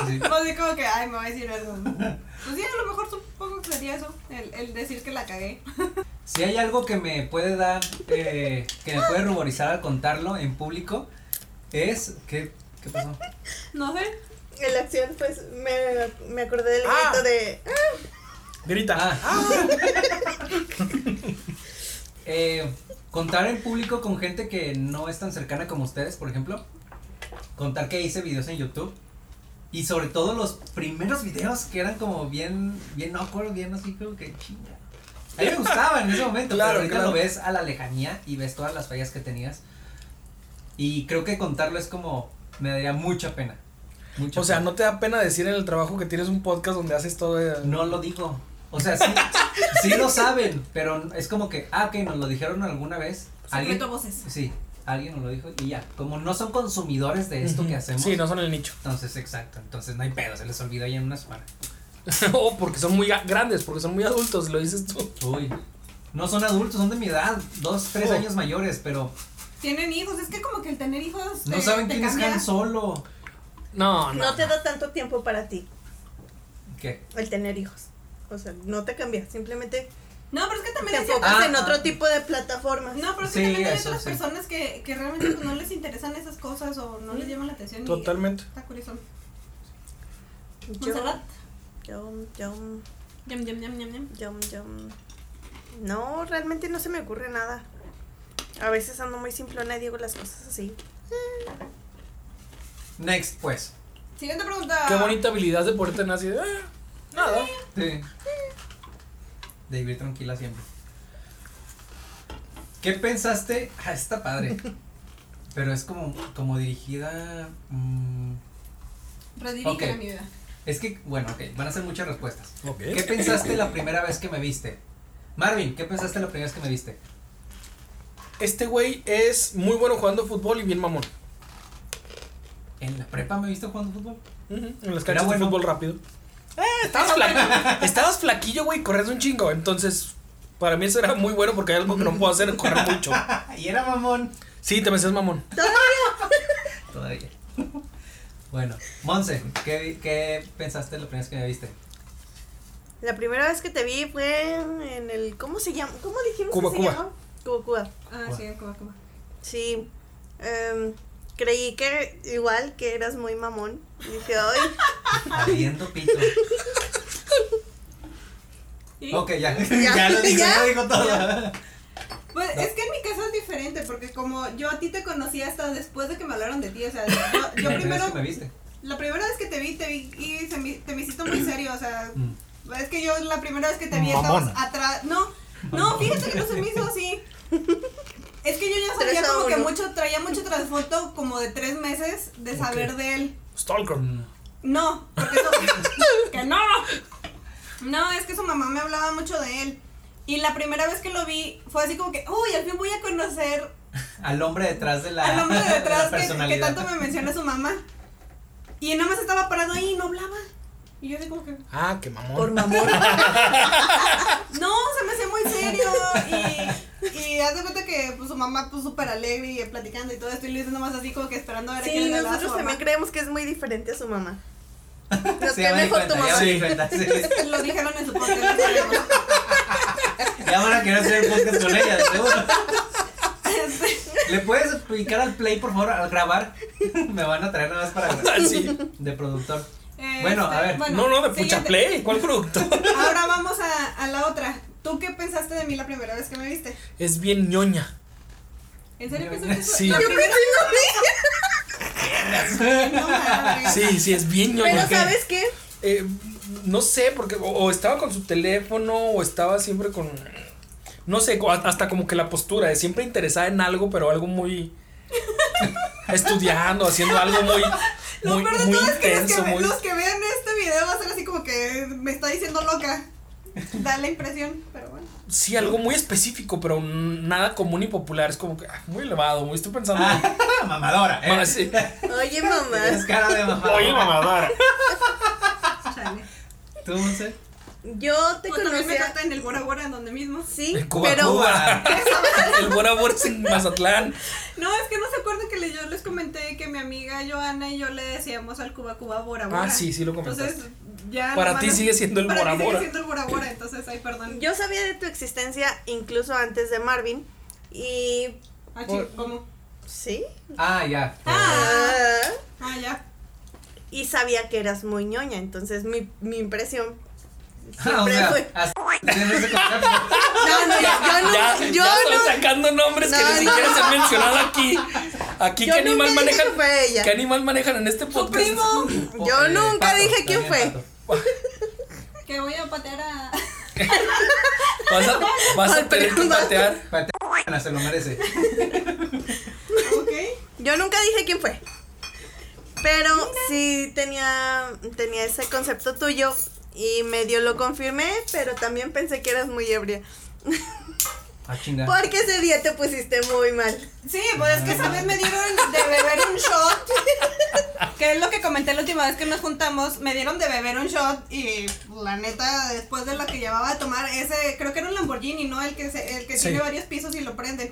Speaker 4: Sí.
Speaker 3: No así como que, ay, me va a decir algo. Pues sí, a lo mejor supongo que sería eso, el, el decir que la cagué.
Speaker 4: Si hay algo que me puede dar, eh, que me puede ruborizar al contarlo en público, es que. ¿Qué pasó?
Speaker 3: No sé.
Speaker 6: En la acción, pues, me, me acordé del
Speaker 5: Ah.
Speaker 6: grito de... "Ah",
Speaker 5: Grita.
Speaker 4: Ah. Eh, contar en público con gente que no es tan cercana como ustedes, por ejemplo. Contar que hice videos en YouTube. Y sobre todo los primeros videos que eran como bien, bien awkward, bien así como que chinga. A mí me gustaba en ese momento,
Speaker 5: Claro,
Speaker 4: pero ahorita
Speaker 5: claro.
Speaker 4: lo ves a la lejanía y ves todas las fallas que tenías. Y creo que contarlo es como, me daría mucha pena. Mucha
Speaker 5: O sea,
Speaker 4: pena.
Speaker 5: ¿no te da pena decir en el trabajo que tienes un podcast donde haces todo? eh,
Speaker 4: No lo digo. O sea, sí, sí lo saben, pero es como que, ah, ok, nos lo dijeron alguna vez. Alguien,
Speaker 3: Secreto voces.
Speaker 4: sí, alguien nos lo dijo y ya. Como no son consumidores de esto que
Speaker 5: ujú.
Speaker 4: hacemos.
Speaker 5: Sí, no son el nicho.
Speaker 4: Entonces, exacto. Entonces no hay pedo, se les olvidó ya en una semana.
Speaker 5: oh, porque son muy ga- grandes, porque son muy adultos, lo dices tú.
Speaker 4: Uy. No son adultos, son de mi edad, dos, tres
Speaker 5: Oh.
Speaker 4: años mayores, pero
Speaker 3: Tienen hijos, es que como que el tener hijos.
Speaker 4: no
Speaker 3: te-
Speaker 4: saben
Speaker 3: te
Speaker 4: quién es
Speaker 3: cambia.
Speaker 4: Han Solo. Ah,
Speaker 5: No, no.
Speaker 6: No te da tanto tiempo para ti,
Speaker 4: ¿Qué?
Speaker 6: el tener hijos. O sea, no te cambia, simplemente
Speaker 3: No, pero es que
Speaker 6: te
Speaker 3: también hay
Speaker 6: enfocas
Speaker 4: Ah,
Speaker 6: en
Speaker 4: ah.
Speaker 6: otro tipo de plataformas.
Speaker 3: No, pero es que
Speaker 4: Sí,
Speaker 3: también hay
Speaker 4: eso,
Speaker 3: otras
Speaker 4: sí.
Speaker 3: personas que, que realmente pues, no les interesan esas cosas o no les llaman la atención. y
Speaker 5: Totalmente.
Speaker 3: Está curioso.
Speaker 6: Yo,
Speaker 3: Montserrat.
Speaker 6: yo, yo,
Speaker 3: Yum, yum, yum, yum, yum.
Speaker 6: yo, yo- No, realmente no se me ocurre nada. A veces ando muy simplona y digo las cosas así.
Speaker 4: Next, pues.
Speaker 3: Siguiente pregunta.
Speaker 5: Qué bonita habilidad de poder tener así. de, "Ah, nada.
Speaker 4: Sí. De vivir tranquila siempre. ¿Qué pensaste? Ah, está padre. Pero es como, como dirigida. mm,
Speaker 3: Redirige
Speaker 4: Ok.
Speaker 3: mi vida.
Speaker 4: es que, bueno, ok, van a ser muchas respuestas.
Speaker 5: Ok.
Speaker 4: ¿Qué pensaste la primera vez que me viste? Marvin, ¿qué pensaste la primera vez que me viste?
Speaker 5: Este güey es muy bueno jugando fútbol y bien mamón.
Speaker 4: ¿En la prepa me viste jugando fútbol?
Speaker 5: Ujú, En las canchas de
Speaker 4: bueno.
Speaker 5: fútbol rápido. Eh, estabas, flaquillo, estabas flaquillo, güey, corres un chingo. Entonces, para mí eso era muy bueno porque hay algo que no puedo hacer, correr mucho.
Speaker 4: y era mamón.
Speaker 5: Sí, te me hacías mamón.
Speaker 4: Todavía. bueno, Monse, ¿qué, ¿qué pensaste la primera vez que me viste?
Speaker 6: La primera vez que te vi fue en el. ¿Cómo se llama? ¿Cómo dijimos
Speaker 5: Cuba,
Speaker 6: que
Speaker 5: Cuba.
Speaker 6: se llama? Cuba, Cuba.
Speaker 3: Ah,
Speaker 4: Bueno.
Speaker 3: sí, como, como.
Speaker 6: Sí. em, creí que igual que eras muy mamón. Dije, ay,
Speaker 4: Habiendo pito.
Speaker 3: ¿Y?
Speaker 4: Ok, ya. Ya,
Speaker 6: Ya.
Speaker 4: lo dijo,
Speaker 6: Ya.
Speaker 4: ya lo dijo todo.
Speaker 3: Pues es que en mi caso es diferente, porque como yo a ti te conocí hasta después de que me hablaron de ti, o sea, yo- yo,
Speaker 4: La primera vez
Speaker 3: primero,
Speaker 4: que me viste.
Speaker 3: la primera vez que te vi, te vi y se me- te me hiciste muy serio, o sea,
Speaker 4: Mm.
Speaker 3: es que yo la primera vez que te vi
Speaker 5: Mamona.
Speaker 3: estabas atrás, no, no, fíjate que no se me hizo así. Es que yo ya
Speaker 6: Tres
Speaker 3: sabía
Speaker 6: a
Speaker 3: como que
Speaker 6: uno.
Speaker 3: mucho, traía mucho trasfondo como de tres meses de saber de él.
Speaker 5: Stalker.
Speaker 4: Mm.
Speaker 3: No, porque eso. ¡Que no! No, es que su mamá me hablaba mucho de él. Y la primera vez que lo vi fue así como que, uy, al fin voy a conocer
Speaker 4: Al hombre detrás de la.
Speaker 3: al hombre de
Speaker 4: la
Speaker 3: detrás que- que,
Speaker 4: personalidad.
Speaker 3: tanto me menciona su mamá. Y nada más estaba parado ahí y no hablaba. Y yo así como que,
Speaker 5: Ah, qué mamón.
Speaker 6: por mamón.
Speaker 3: no, se me hace muy serio. Y, y haz de cuenta que pues, su mamá, pues súper alegre y platicando y todo esto. Y Luis nada más así como que esperando a ver a quién
Speaker 6: Sí,
Speaker 3: le hablaba su
Speaker 6: nosotros
Speaker 3: mamá.
Speaker 6: también creemos que es muy diferente a su mamá. Nos
Speaker 4: Sí,
Speaker 6: cae
Speaker 4: ya me di
Speaker 6: mejor tu
Speaker 4: cuenta, ya
Speaker 6: mamá.
Speaker 4: me di cuenta, sí.
Speaker 3: Lo dijeron en su podcast. no sabemos.
Speaker 4: Ya van a querer hacer podcast con ella, de seguro. ¿Le puedes picar al play, por favor, al grabar? Me van a traer nada más para grabar.
Speaker 5: Sí.
Speaker 4: De productor. Bueno, a ver,
Speaker 5: No, no, de
Speaker 3: Este, siguiente.
Speaker 5: pucha play. ¿Cuál producto?
Speaker 3: Ahora vamos a, a la otra. ¿Tú qué pensaste de mí la primera vez que me viste?
Speaker 5: Es bien ñoña.
Speaker 3: ¿En serio pensaste eso?
Speaker 5: Sí.
Speaker 3: La
Speaker 5: Yo
Speaker 3: primera vez. No, madre.
Speaker 5: Sí, sí, es bien ñoña.
Speaker 6: Pero
Speaker 5: ¿Qué?
Speaker 6: ¿sabes qué?
Speaker 5: Eh, no sé, porque o, o estaba con su teléfono o estaba siempre con... No sé, co- hasta como que la postura, de siempre interesada en algo, pero algo muy... estudiando, haciendo algo muy...
Speaker 3: Lo
Speaker 5: Muy,
Speaker 3: peor de
Speaker 5: muy
Speaker 3: todo es que, los
Speaker 5: intenso,
Speaker 3: que, ve-
Speaker 5: muy...
Speaker 3: los que vean este video va a ser así como que me está diciendo loca. Da la impresión, pero bueno.
Speaker 5: Sí, algo muy específico, pero n- nada común y popular. Es como que ah, muy elevado, muy estoy pensando...
Speaker 4: Ah, mamadora, ¿eh?
Speaker 5: Ah, sí.
Speaker 6: Oye, mamá.
Speaker 4: Tienes cara de mamadora.
Speaker 5: mamadora.
Speaker 3: Chale.
Speaker 4: ¿Tú, Monse?
Speaker 6: Yo te
Speaker 3: Pues también me
Speaker 6: conocía.
Speaker 3: trata en el Bora Bora, en donde mismo.
Speaker 6: Sí,
Speaker 5: En Cuba,
Speaker 6: pero
Speaker 5: Cuba. El Bora Bora es en Mazatlán.
Speaker 3: No, es que no se acuerdan que le- yo les comenté que mi amiga Joana y yo le decíamos al Cuba Cuba Bora Bora.
Speaker 5: Ah, sí, sí lo comentaste.
Speaker 3: Entonces, ya.
Speaker 5: Para
Speaker 3: nomás
Speaker 5: ti
Speaker 3: no-
Speaker 5: sigue siendo el
Speaker 3: para
Speaker 5: Bora
Speaker 3: mí
Speaker 5: Bora.
Speaker 3: sigue siendo el Bora Bora, entonces, ay, perdón.
Speaker 6: yo sabía de tu existencia incluso antes de Marvin. Y.
Speaker 3: Ah, chi- ¿cómo?
Speaker 6: ¿Sí?
Speaker 4: Ah, ya.
Speaker 6: Ah.
Speaker 3: Ah, ya.
Speaker 6: Y sabía que eras muy ñoña, entonces mi, mi impresión.
Speaker 4: Ah, o
Speaker 6: siempre
Speaker 4: sea,
Speaker 6: fue-
Speaker 4: así- tienes ese concepto.
Speaker 6: No, no, yo no.
Speaker 5: Ya,
Speaker 6: yo
Speaker 5: ya estoy
Speaker 6: no-
Speaker 5: sacando nombres que
Speaker 6: No,
Speaker 5: ni
Speaker 6: no.
Speaker 5: siquiera se han mencionado aquí. Aquí,
Speaker 6: yo
Speaker 5: ¿qué
Speaker 6: nunca
Speaker 5: animal
Speaker 6: dije
Speaker 5: manejan?
Speaker 6: que fue ella.
Speaker 5: ¿Qué animal manejan en este podcast?
Speaker 6: Yo
Speaker 4: Eh,
Speaker 6: nunca
Speaker 4: pato,
Speaker 6: dije quién
Speaker 4: también
Speaker 6: fue.
Speaker 4: pato.
Speaker 3: Que voy a patear a.
Speaker 5: Vas a, vas a
Speaker 6: Al
Speaker 5: tener que
Speaker 6: primo.
Speaker 5: patear.
Speaker 4: Patea, se lo merece.
Speaker 3: ok.
Speaker 6: Yo nunca dije quién fue. Pero sí tenía, tenía ese concepto tuyo y medio lo confirmé, pero también pensé que eras muy ebria.
Speaker 4: Ah, chinga.
Speaker 6: Porque ese día te pusiste muy mal.
Speaker 3: Sí, pues es que esa vez me dieron de beber un shot. Que es lo que comenté la última vez que nos juntamos. Me dieron de beber un shot y pues, la neta, después de lo que llevaba a tomar, ese, creo que era un Lamborghini, ¿no? El que, se- el que
Speaker 5: Sí.
Speaker 3: tiene varios pisos y lo prenden.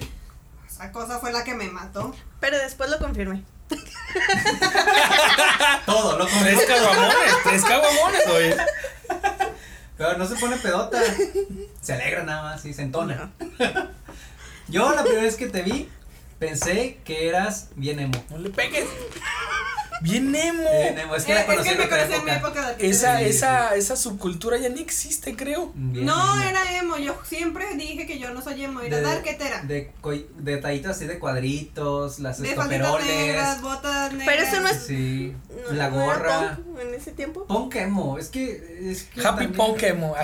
Speaker 3: Esa cosa fue la que me mató.
Speaker 6: Pero después lo confirmé.
Speaker 4: Todo, loco.
Speaker 5: Tres caguamones, tres caguamones, oye.
Speaker 4: Pero no se pone pedota. Se alegra nada más y se entona. Yo la primera vez que te vi, pensé que eras bien emo.
Speaker 5: No le pegues. Bien emo.
Speaker 4: Bien emo. Es que la
Speaker 3: Eh,
Speaker 4: conocí en
Speaker 3: me
Speaker 4: otra
Speaker 3: conocí en mi
Speaker 4: época.
Speaker 3: época de artista.
Speaker 5: Esa,
Speaker 4: Sí, sí.
Speaker 5: esa, esa subcultura ya ni existe, creo.
Speaker 4: Bien
Speaker 3: No,
Speaker 4: emo.
Speaker 3: era emo. Yo siempre dije que yo no soy emo. Era
Speaker 4: De-
Speaker 3: darketera. De,
Speaker 4: De coi- detallitos así de cuadritos, las
Speaker 3: falditas
Speaker 4: estoperoles.
Speaker 3: negras, botas negras.
Speaker 6: Pero eso no es-
Speaker 4: Sí,
Speaker 6: No-
Speaker 4: la
Speaker 6: no era
Speaker 4: gorra.
Speaker 6: punk en ese tiempo.
Speaker 4: Punk emo, es que. Es que
Speaker 5: Happy
Speaker 4: también-
Speaker 5: punk emo.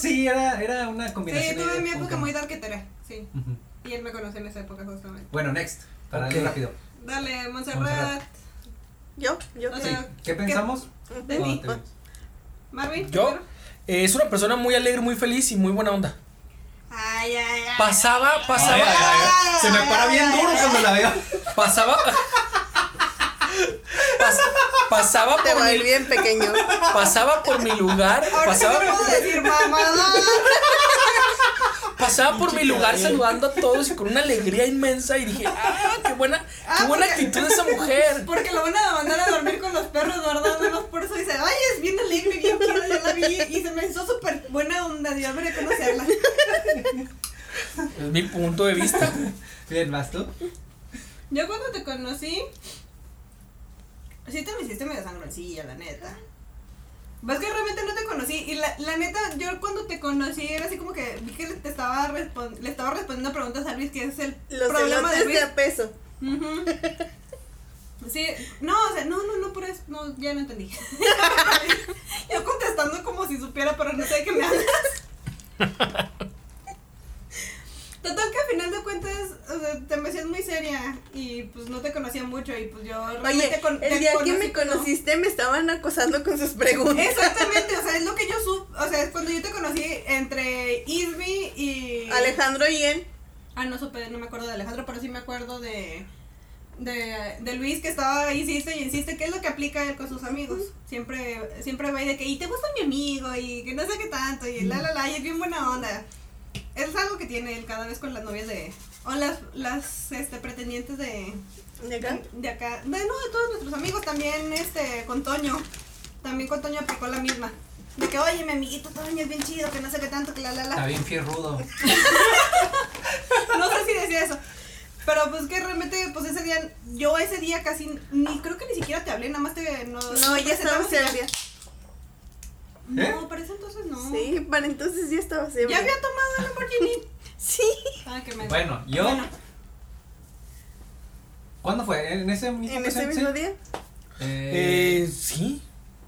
Speaker 4: Sí, era, era una combinación.
Speaker 3: Sí,
Speaker 4: ahí de
Speaker 3: tuve mi
Speaker 4: punk
Speaker 3: época
Speaker 4: emo.
Speaker 3: muy darketera. Sí.
Speaker 4: Ujú.
Speaker 3: Y él me conoció en esa época justamente.
Speaker 4: Bueno, next. Para
Speaker 5: Ok.
Speaker 4: ir rápido.
Speaker 3: Dale, Montserrat.
Speaker 4: Montserrat.
Speaker 6: Yo, yo
Speaker 3: O
Speaker 6: qué?
Speaker 3: sea,
Speaker 4: ¿Qué pensamos?
Speaker 3: de
Speaker 4: Ah, cuando
Speaker 3: mí.
Speaker 4: te vimos?
Speaker 3: Marvin.
Speaker 5: Yo
Speaker 3: primero.
Speaker 5: eh, es una persona muy alegre, muy feliz y muy buena onda.
Speaker 3: Ay, ay, ay.
Speaker 5: Pasaba,
Speaker 4: Ay, ay,
Speaker 5: pasaba,
Speaker 4: ay, Se me para bien duro cuando la veo.
Speaker 5: pasaba. pas- pasaba
Speaker 6: Te
Speaker 5: por
Speaker 6: va a ir
Speaker 5: mi,
Speaker 6: bien pequeño.
Speaker 5: pasaba por mi lugar,
Speaker 3: Ahora sí no
Speaker 5: pasaba,
Speaker 3: puedo decir mamada.
Speaker 5: pasaba por mi lugar saludando a todos y con una alegría inmensa y dije, ah, qué buena, qué
Speaker 3: Ah,
Speaker 5: buena
Speaker 3: porque-
Speaker 5: actitud de esa mujer.
Speaker 3: Porque lo van a mandar a dormir con los perros, ¿verdad? Nada más por eso dice, ay, es bien alegre, bien quiero, yo la vi y se me hizo súper buena onda, yo debería conocerla.
Speaker 5: Es mi punto de vista.
Speaker 4: Bien, ¿vas tú?
Speaker 3: Yo cuando te conocí, sí te me hiciste medio sangroncilla, la neta. Ves que realmente no te conocí y la, la neta, yo cuando te conocí era así como que vi que le, te estaba, respon- le estaba respondiendo preguntas a Luis, que es el
Speaker 6: Los
Speaker 3: problema de
Speaker 6: elotes
Speaker 3: Luis.
Speaker 6: de a peso.
Speaker 3: Ujú. Sí, no, o sea, no, no, no, por eso, no, ya no entendí. Yo contestando como si supiera, pero no sé de qué me hablas. Total que al final de cuentas, o sea, te me hacías muy seria y pues no te conocía mucho y pues yo
Speaker 6: Oye,
Speaker 3: realmente con- te
Speaker 6: el día que
Speaker 3: conocí
Speaker 6: me
Speaker 3: como-
Speaker 6: conociste me estaban acosando con sus preguntas.
Speaker 3: Exactamente, o sea, es lo que yo supe, o sea, es cuando yo te conocí entre Ismi y...
Speaker 6: Alejandro Yen.
Speaker 3: Ah, no supe, no me acuerdo de Alejandro, pero sí me acuerdo de, de, de Luis que estaba ahí, insiste y insiste, ¿qué es lo que aplica él con sus amigos? Siempre, siempre va y de que, y te gusta mi amigo, y que no sé qué tanto, y la la la, y es bien buena onda. Es algo que tiene él cada vez con las novias de, o las, las este, pretendientes de,
Speaker 6: ¿De acá?
Speaker 3: de acá, de, no, de todos nuestros amigos, también este, con Toño, también con Toño aplicó la misma. De que, oye, mi amiguito Toño es bien chido, que no sé qué tanto, que la la la.
Speaker 4: Está bien fierrudo.
Speaker 3: No sé si decía eso. Pero pues que realmente, pues ese día, yo ese día casi, ni creo que ni siquiera te hablé, nada más te... No, pues
Speaker 6: No, ya estabas ebria.
Speaker 4: ¿Eh?
Speaker 3: No, pero ese entonces no.
Speaker 6: Sí, para entonces ya estabas ebria.
Speaker 3: Ya había tomado el Lamborghini.
Speaker 6: Sí.
Speaker 3: Ah, que me...
Speaker 4: Bueno, yo.
Speaker 3: Bueno.
Speaker 4: ¿Cuándo fue? ¿En ese mismo,
Speaker 6: ¿En ese
Speaker 4: presente?
Speaker 6: mismo día?
Speaker 4: Eh,
Speaker 5: Eh, sí,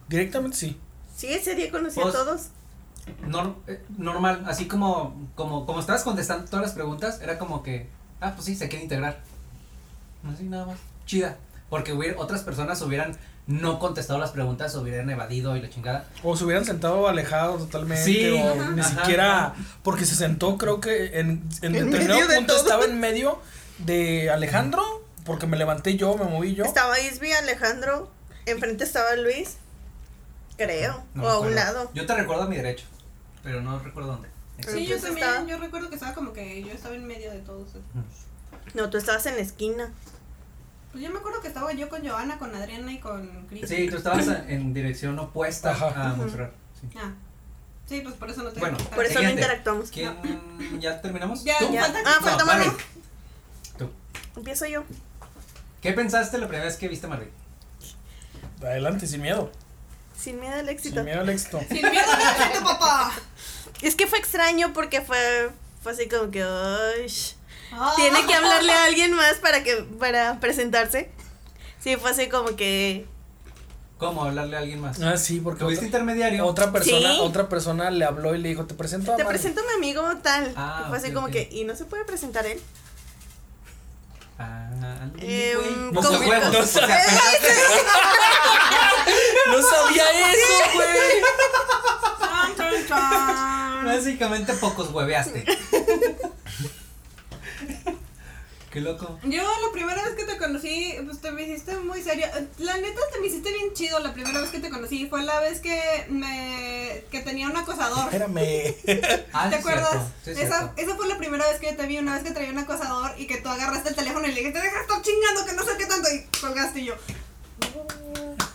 Speaker 5: directamente sí.
Speaker 6: Sí, ese día conocí a
Speaker 4: Pues-
Speaker 6: todos.
Speaker 4: nor- eh, normal, así como, como, como estabas contestando todas las preguntas, era como que, ah, pues sí, se quiere integrar. Así nada más. Chida. Porque hubiera- otras personas hubieran no contestado las preguntas, hubieran evadido y la chingada.
Speaker 5: O se hubieran sentado alejados totalmente.
Speaker 4: Sí,
Speaker 5: o
Speaker 4: ajá,
Speaker 5: ni
Speaker 4: ajá.
Speaker 5: siquiera. Porque se sentó, creo que en, en
Speaker 6: En
Speaker 5: determinado
Speaker 6: medio de
Speaker 5: punto
Speaker 6: todo.
Speaker 5: estaba en medio de Alejandro. Porque me levanté yo, me moví yo.
Speaker 6: Estaba Isbi, Alejandro. Enfrente estaba Luis. Creo.
Speaker 4: No
Speaker 6: o
Speaker 4: me
Speaker 6: a
Speaker 4: acuerdo.
Speaker 6: un lado.
Speaker 4: Yo te recuerdo a mi derecho. pero no recuerdo dónde.
Speaker 6: Pero
Speaker 3: Sí, yo
Speaker 6: pues
Speaker 3: también,
Speaker 6: estaba-
Speaker 3: yo recuerdo que estaba como que yo estaba en medio de todos.
Speaker 6: No, tú estabas en la esquina.
Speaker 3: Pues yo me acuerdo que estaba yo con Giovanna, con Adriana y con Cris.
Speaker 4: Sí, tú estabas en- en dirección opuesta
Speaker 5: Ajá.
Speaker 4: a Montserrat. sí.
Speaker 3: Ah. Sí, pues por eso no te
Speaker 4: Bueno,
Speaker 6: Por eso no
Speaker 4: Siguiente.
Speaker 6: interactuamos.
Speaker 4: ¿Quién? ¿Ya terminamos?
Speaker 3: Ya,
Speaker 4: ¿Tú?
Speaker 6: Ya.
Speaker 3: falta-
Speaker 6: Ah,
Speaker 4: No,
Speaker 6: falta
Speaker 4: vale.
Speaker 6: Marvel.
Speaker 4: Tú.
Speaker 6: Empiezo yo.
Speaker 4: ¿Qué pensaste la primera vez que viste a Marvel?
Speaker 5: Adelante, sin miedo.
Speaker 6: Sin miedo al éxito.
Speaker 5: Sin miedo al éxito.
Speaker 3: Sin miedo a tu papá.
Speaker 6: Es que fue extraño porque fue, fue así como que. "Ay, sh".
Speaker 3: Ah.
Speaker 6: Tiene que hablarle a alguien más para que para presentarse. Sí, fue así como que.
Speaker 4: ¿Cómo hablarle a alguien más?
Speaker 5: Ah, sí, porque
Speaker 4: ¿Tuviste
Speaker 5: otra,
Speaker 4: intermediario?
Speaker 5: otra persona,
Speaker 6: Sí.
Speaker 5: otra persona le habló y le dijo, te presento a
Speaker 6: Te
Speaker 5: Mari".
Speaker 6: presento a mi amigo tal.
Speaker 4: Ah,
Speaker 6: fue así
Speaker 4: ok,
Speaker 6: como
Speaker 4: ok.
Speaker 6: que. Y no se puede presentar él.
Speaker 4: Ah, güey.
Speaker 6: Eh,
Speaker 4: no
Speaker 6: ¿cómo-
Speaker 4: sé huevos.
Speaker 5: no
Speaker 4: o sea,
Speaker 5: sé.
Speaker 4: pensaste-
Speaker 5: No sabía eso, güey.
Speaker 3: Ah, Chan, chan, chan.
Speaker 4: básicamente pocos hueveaste. Qué loco.
Speaker 3: Yo la primera vez que te conocí, pues te me hiciste muy serio. La neta te me hiciste bien chido la primera vez que te conocí. Fue la vez que me que tenía un acosador.
Speaker 5: Espérame.
Speaker 4: Ah,
Speaker 3: ¿Te
Speaker 4: sí es cierto,
Speaker 3: acuerdas?
Speaker 4: sí es
Speaker 3: esa,
Speaker 4: cierto.
Speaker 3: esa fue la primera vez que yo te vi, una vez que traía un acosador y que tú agarraste el teléfono y le dijiste, deja de estar chingando, que no sé qué tanto, y colgaste y yo.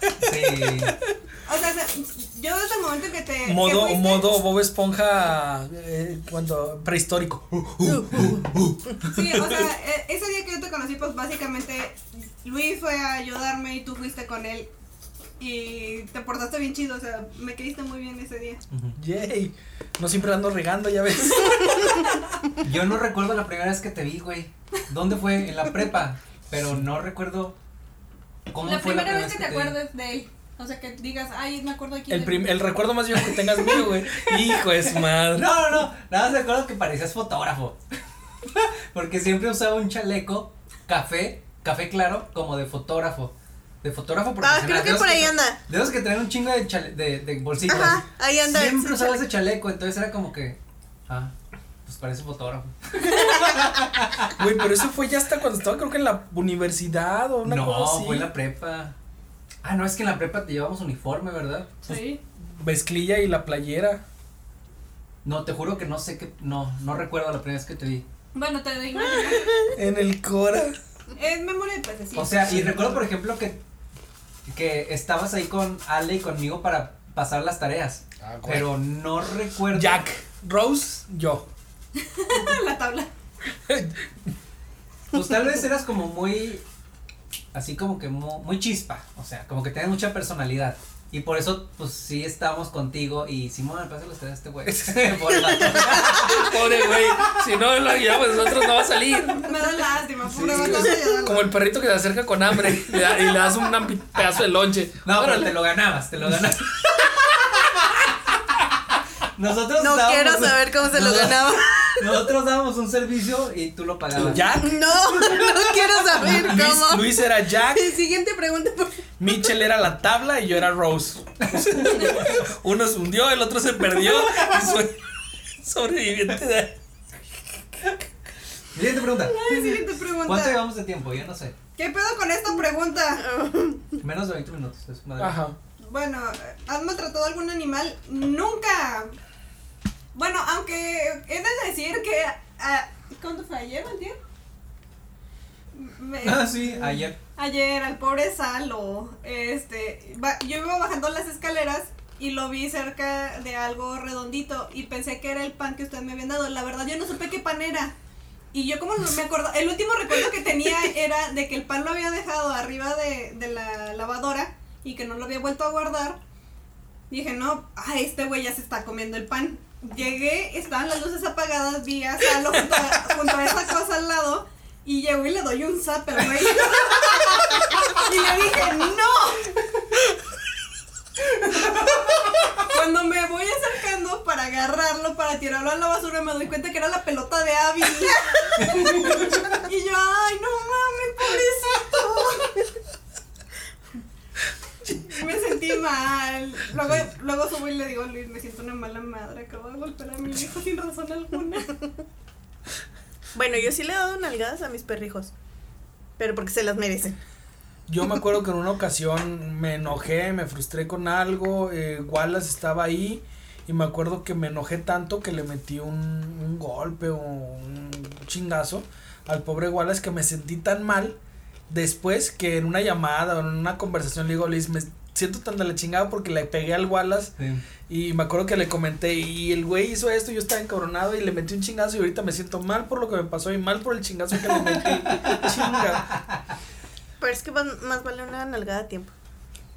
Speaker 4: Sí.
Speaker 3: O sea, se- yo desde el momento que te... que
Speaker 5: Modo,
Speaker 3: fuiste-
Speaker 5: modo Bob Esponja eh, cuando prehistórico.
Speaker 6: Uh,
Speaker 3: Sí, o sea, e- ese día que yo te conocí, pues básicamente Luis fue a ayudarme y tú fuiste con él. Y te portaste bien chido, o sea, me caíste muy bien ese día.
Speaker 4: Ujú.
Speaker 5: Yay. No siempre ando regando, ya ves.
Speaker 4: Yo no recuerdo la primera vez que te vi, güey. ¿Dónde fue? En la prepa. Pero no recuerdo cómo fue la primera vez que, te, vi.
Speaker 3: de él. O sea, que digas, ay, me acuerdo aquí.
Speaker 5: El, prim- el recuerdo más viejo que tengas mío, güey. Hijo es madre.
Speaker 4: No, no, no. Nada más recuerdo que parecías fotógrafo. Porque siempre usaba un chaleco café, café claro, como de fotógrafo. De fotógrafo profesional.
Speaker 6: Ah, creo que
Speaker 4: de esos
Speaker 6: por ahí
Speaker 4: tra-
Speaker 6: anda.
Speaker 4: De esos que traen un chingo de, chale- de, de bolsitas.
Speaker 6: Ajá, ahí anda
Speaker 4: Siempre
Speaker 6: ese
Speaker 4: usaba ese chaleco, entonces era como que. Ah, pues parece fotógrafo.
Speaker 5: Güey, pero eso fue ya hasta cuando estaba, creo que en la universidad o una
Speaker 4: no,
Speaker 5: cosa así.
Speaker 4: fue en la prepa. Ah, no, es que en la prepa te llevamos uniforme, ¿verdad?
Speaker 3: Sí.
Speaker 5: Mezclilla y la playera.
Speaker 4: No, te juro que no sé qué. No, no recuerdo la primera vez que te vi.
Speaker 3: Bueno, te digo.
Speaker 6: Ah.
Speaker 5: En el Cora.
Speaker 3: Es memoria de pececito.
Speaker 4: O sea, y recuerdo, por ejemplo, que, que estabas ahí con Ale y conmigo para pasar las tareas.
Speaker 5: Ah, güey.
Speaker 4: pero no recuerdo.
Speaker 5: Jack, Rose, yo.
Speaker 3: Ah, la tabla.
Speaker 4: Pues tal vez eras como muy. Así como que mu- muy, chispa. O sea, como que tenías mucha personalidad. Y por eso, pues sí estábamos contigo. Y Simón, pasa las tareas a este güey. Por la-
Speaker 5: Pobre güey, si no lo guiamos nosotros no va a salir.
Speaker 3: Me da lástima, pobre
Speaker 5: Sí,
Speaker 3: vato,
Speaker 5: güey.
Speaker 3: me da
Speaker 5: Como el perrito que se acerca con hambre le da- y le das un ampi- pedazo de lonche.
Speaker 4: No, pero
Speaker 5: Órale.
Speaker 4: te lo ganabas, te lo ganabas. Nosotros
Speaker 6: No
Speaker 4: dábamos-
Speaker 6: quiero saber cómo se lo
Speaker 4: Nosotros-
Speaker 6: ganaba.
Speaker 4: Nosotros dábamos un servicio y tú lo pagabas.
Speaker 5: Jack.
Speaker 6: No, no quiero saber
Speaker 5: Luis,
Speaker 6: cómo.
Speaker 5: Luis era Jack,
Speaker 6: Siguiente pregunta, por favor.
Speaker 5: Mitchell era la tabla y yo era Rose. Uno se hundió, el otro se perdió. y soy sobreviviente de.
Speaker 4: Siguiente pregunta.
Speaker 3: Ay, siguiente pregunta.
Speaker 4: ¿Cuánto llevamos de tiempo? Ya no sé.
Speaker 3: ¿Qué pedo con esta pregunta?
Speaker 4: Menos de 20 minutos. Es madre.
Speaker 5: Ajá.
Speaker 3: Bueno, ¿has maltratado algún animal? Nunca. Bueno, aunque he de decir que. ah, ¿Cuánto fue ayer, Antier? Me-
Speaker 4: Ah, sí, ayer.
Speaker 3: ayer al pobre Salo, este, va- yo iba bajando las escaleras y lo vi cerca de algo redondito y pensé que era el pan que ustedes me habían dado. La verdad yo no supe qué pan era. Y yo como no me acuerdo, el último recuerdo que tenía era de que el pan lo había dejado arriba de, de la lavadora y que no lo había vuelto a guardar. Dije, no, ah, este güey ya se está comiendo el pan. Llegué, estaban las luces apagadas, vi a Salo junto a, junto a esa cosa al lado y llego y le doy un zap al güey. Y le dije, ¡No! Cuando me voy acercando para agarrarlo, para tirarlo a la basura, me doy cuenta que era la pelota de Abby. Y yo, ¡ay, no mames, pobrecito! Me sentí mal. Luego, luego subo y le digo a Luis, me siento una mala madre, acabo de golpear a mi hijo sin razón alguna.
Speaker 6: Bueno, yo sí le he dado nalgadas a mis perrijos. Pero porque se las merecen.
Speaker 5: Yo me acuerdo que en una ocasión me enojé, me frustré con algo, eh, Wallace estaba ahí Y me acuerdo que me enojé tanto que le metí un, un golpe o un chingazo al pobre Wallace que me sentí tan mal después que en una llamada o en una conversación le digo, Liz, me siento tan de la chingada porque le pegué al Wallace
Speaker 4: Sí.
Speaker 5: y me acuerdo que le comenté y el güey hizo esto, y yo estaba encabronado y le metí un chingazo y ahorita me siento mal por lo que me pasó y mal por el chingazo que le metí. Chinga.
Speaker 6: Pero es que van- más vale una nalgada a tiempo.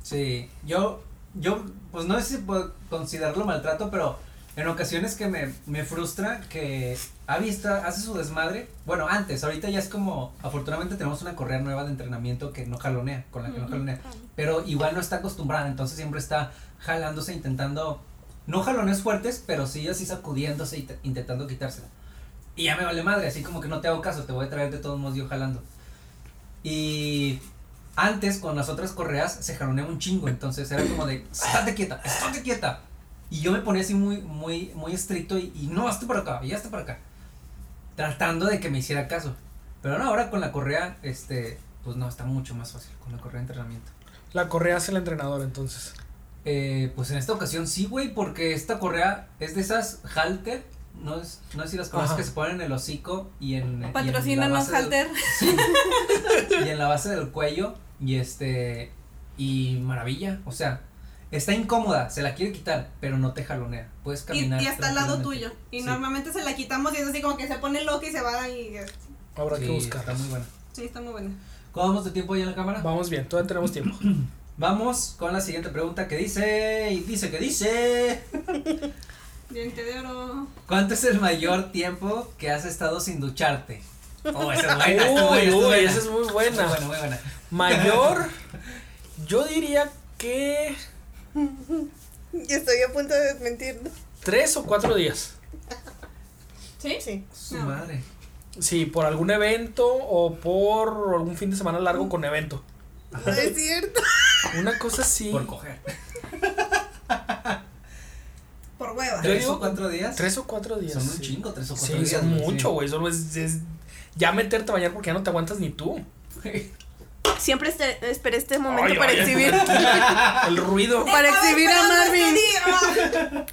Speaker 4: Sí, yo, yo, pues no sé si puedo considerarlo maltrato, pero en ocasiones que me, me frustra que Abby está, hace su desmadre. Bueno, antes, ahorita ya es como, afortunadamente tenemos una correa nueva de entrenamiento que no jalonea, con la que no jalonea, pero igual no está acostumbrada, entonces siempre está jalándose, intentando, no jalones fuertes, pero sí así sacudiéndose, int- intentando quitársela. Y ya me vale madre, así como que no te hago caso, te voy a traer de todos modos yo jalando. Y antes con las otras correas se jaloneaba un chingo, entonces era como de, estate quieta, estate quieta. Y yo me ponía así muy, muy, muy estricto y, y no, hazte para acá, y hazte para acá. Tratando de que me hiciera caso. Pero no, ahora con la correa, este, pues no, está mucho más fácil con la correa de entrenamiento.
Speaker 5: La correa hace el entrenador entonces.
Speaker 4: Eh, pues en esta ocasión sí, güey, porque esta correa es de esas halter, no es, no sé si las cosas
Speaker 5: Ajá.
Speaker 4: que se ponen en el hocico y en... y en la
Speaker 3: Patrocinan los
Speaker 4: base del-
Speaker 3: halter.
Speaker 4: Sí. y en la base del cuello y este y maravilla, o sea, está incómoda, se la quiere quitar, pero no te jalonea, puedes
Speaker 3: Y,
Speaker 4: caminar.
Speaker 3: y está al lado tuyo.
Speaker 4: tranquilamente.
Speaker 3: Y
Speaker 4: Sí.
Speaker 3: normalmente se la quitamos y es así como que se pone loca y se va y. eh,
Speaker 5: Habrá que
Speaker 4: Sí,
Speaker 5: buscar.
Speaker 4: Está muy buena.
Speaker 3: Sí, está muy buena.
Speaker 4: ¿Cómo vamos de tiempo ahí en la cámara?
Speaker 5: Vamos bien, todavía tenemos tiempo.
Speaker 4: Vamos con la siguiente pregunta que dice y dice que dice
Speaker 3: Diente de oro.
Speaker 4: ¿Cuánto es el mayor tiempo que has estado sin ducharte? Oh, esa es buena, está buena,
Speaker 5: Uy,
Speaker 4: está
Speaker 5: uy,
Speaker 4: buena.
Speaker 5: esa es muy
Speaker 4: Muy
Speaker 5: buena.
Speaker 4: buena, muy buena.
Speaker 5: Mayor, yo diría que
Speaker 6: Yo estoy a punto de desmentirlo.
Speaker 5: tres o cuatro días.
Speaker 3: ¿Sí?
Speaker 6: Sí.
Speaker 4: Su
Speaker 3: No.
Speaker 4: madre.
Speaker 5: Sí, por algún evento o por algún fin de semana largo con evento.
Speaker 6: No es cierto.
Speaker 5: Una cosa así.
Speaker 4: Por coger.
Speaker 3: Por hueva.
Speaker 5: Yo
Speaker 4: ¿Tres
Speaker 5: digo-
Speaker 4: o cuatro días?
Speaker 5: Tres o cuatro días.
Speaker 4: Son un
Speaker 5: sí.
Speaker 4: chingo, tres o
Speaker 5: Sí,
Speaker 4: cuatro días.
Speaker 5: son
Speaker 4: güey, sí.
Speaker 5: mucho, güey. Solo es, es ya meterte a bañar porque ya no te aguantas ni tú.
Speaker 6: Siempre este- esperé este momento
Speaker 5: Ay,
Speaker 6: para
Speaker 5: ay,
Speaker 6: exhibir.
Speaker 5: El ruido.
Speaker 6: Para
Speaker 3: Estaba
Speaker 6: exhibir
Speaker 3: esperando
Speaker 6: a Marvin.
Speaker 3: este día.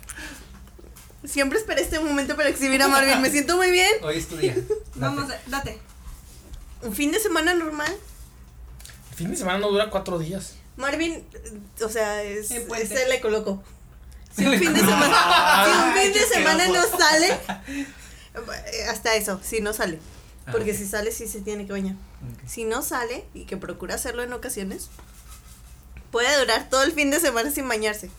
Speaker 6: Siempre esperé este momento para exhibir a Marvin. Me siento muy bien.
Speaker 4: Hoy es tu día.
Speaker 3: Vamos, date.
Speaker 6: Un fin de semana normal.
Speaker 5: El fin de semana no dura cuatro días.
Speaker 6: Marvin, eh, o sea, es,
Speaker 3: En puente.
Speaker 6: se le colocó.
Speaker 4: Si
Speaker 6: Un fin de semana. Si un fin
Speaker 4: qué
Speaker 6: de semana no
Speaker 4: asqueroso.
Speaker 6: sale. eh, Hasta eso, si no sale. Porque si sale, sí se tiene que bañar. Si no sale, y que procura hacerlo en ocasiones, puede durar todo el fin de semana sin bañarse.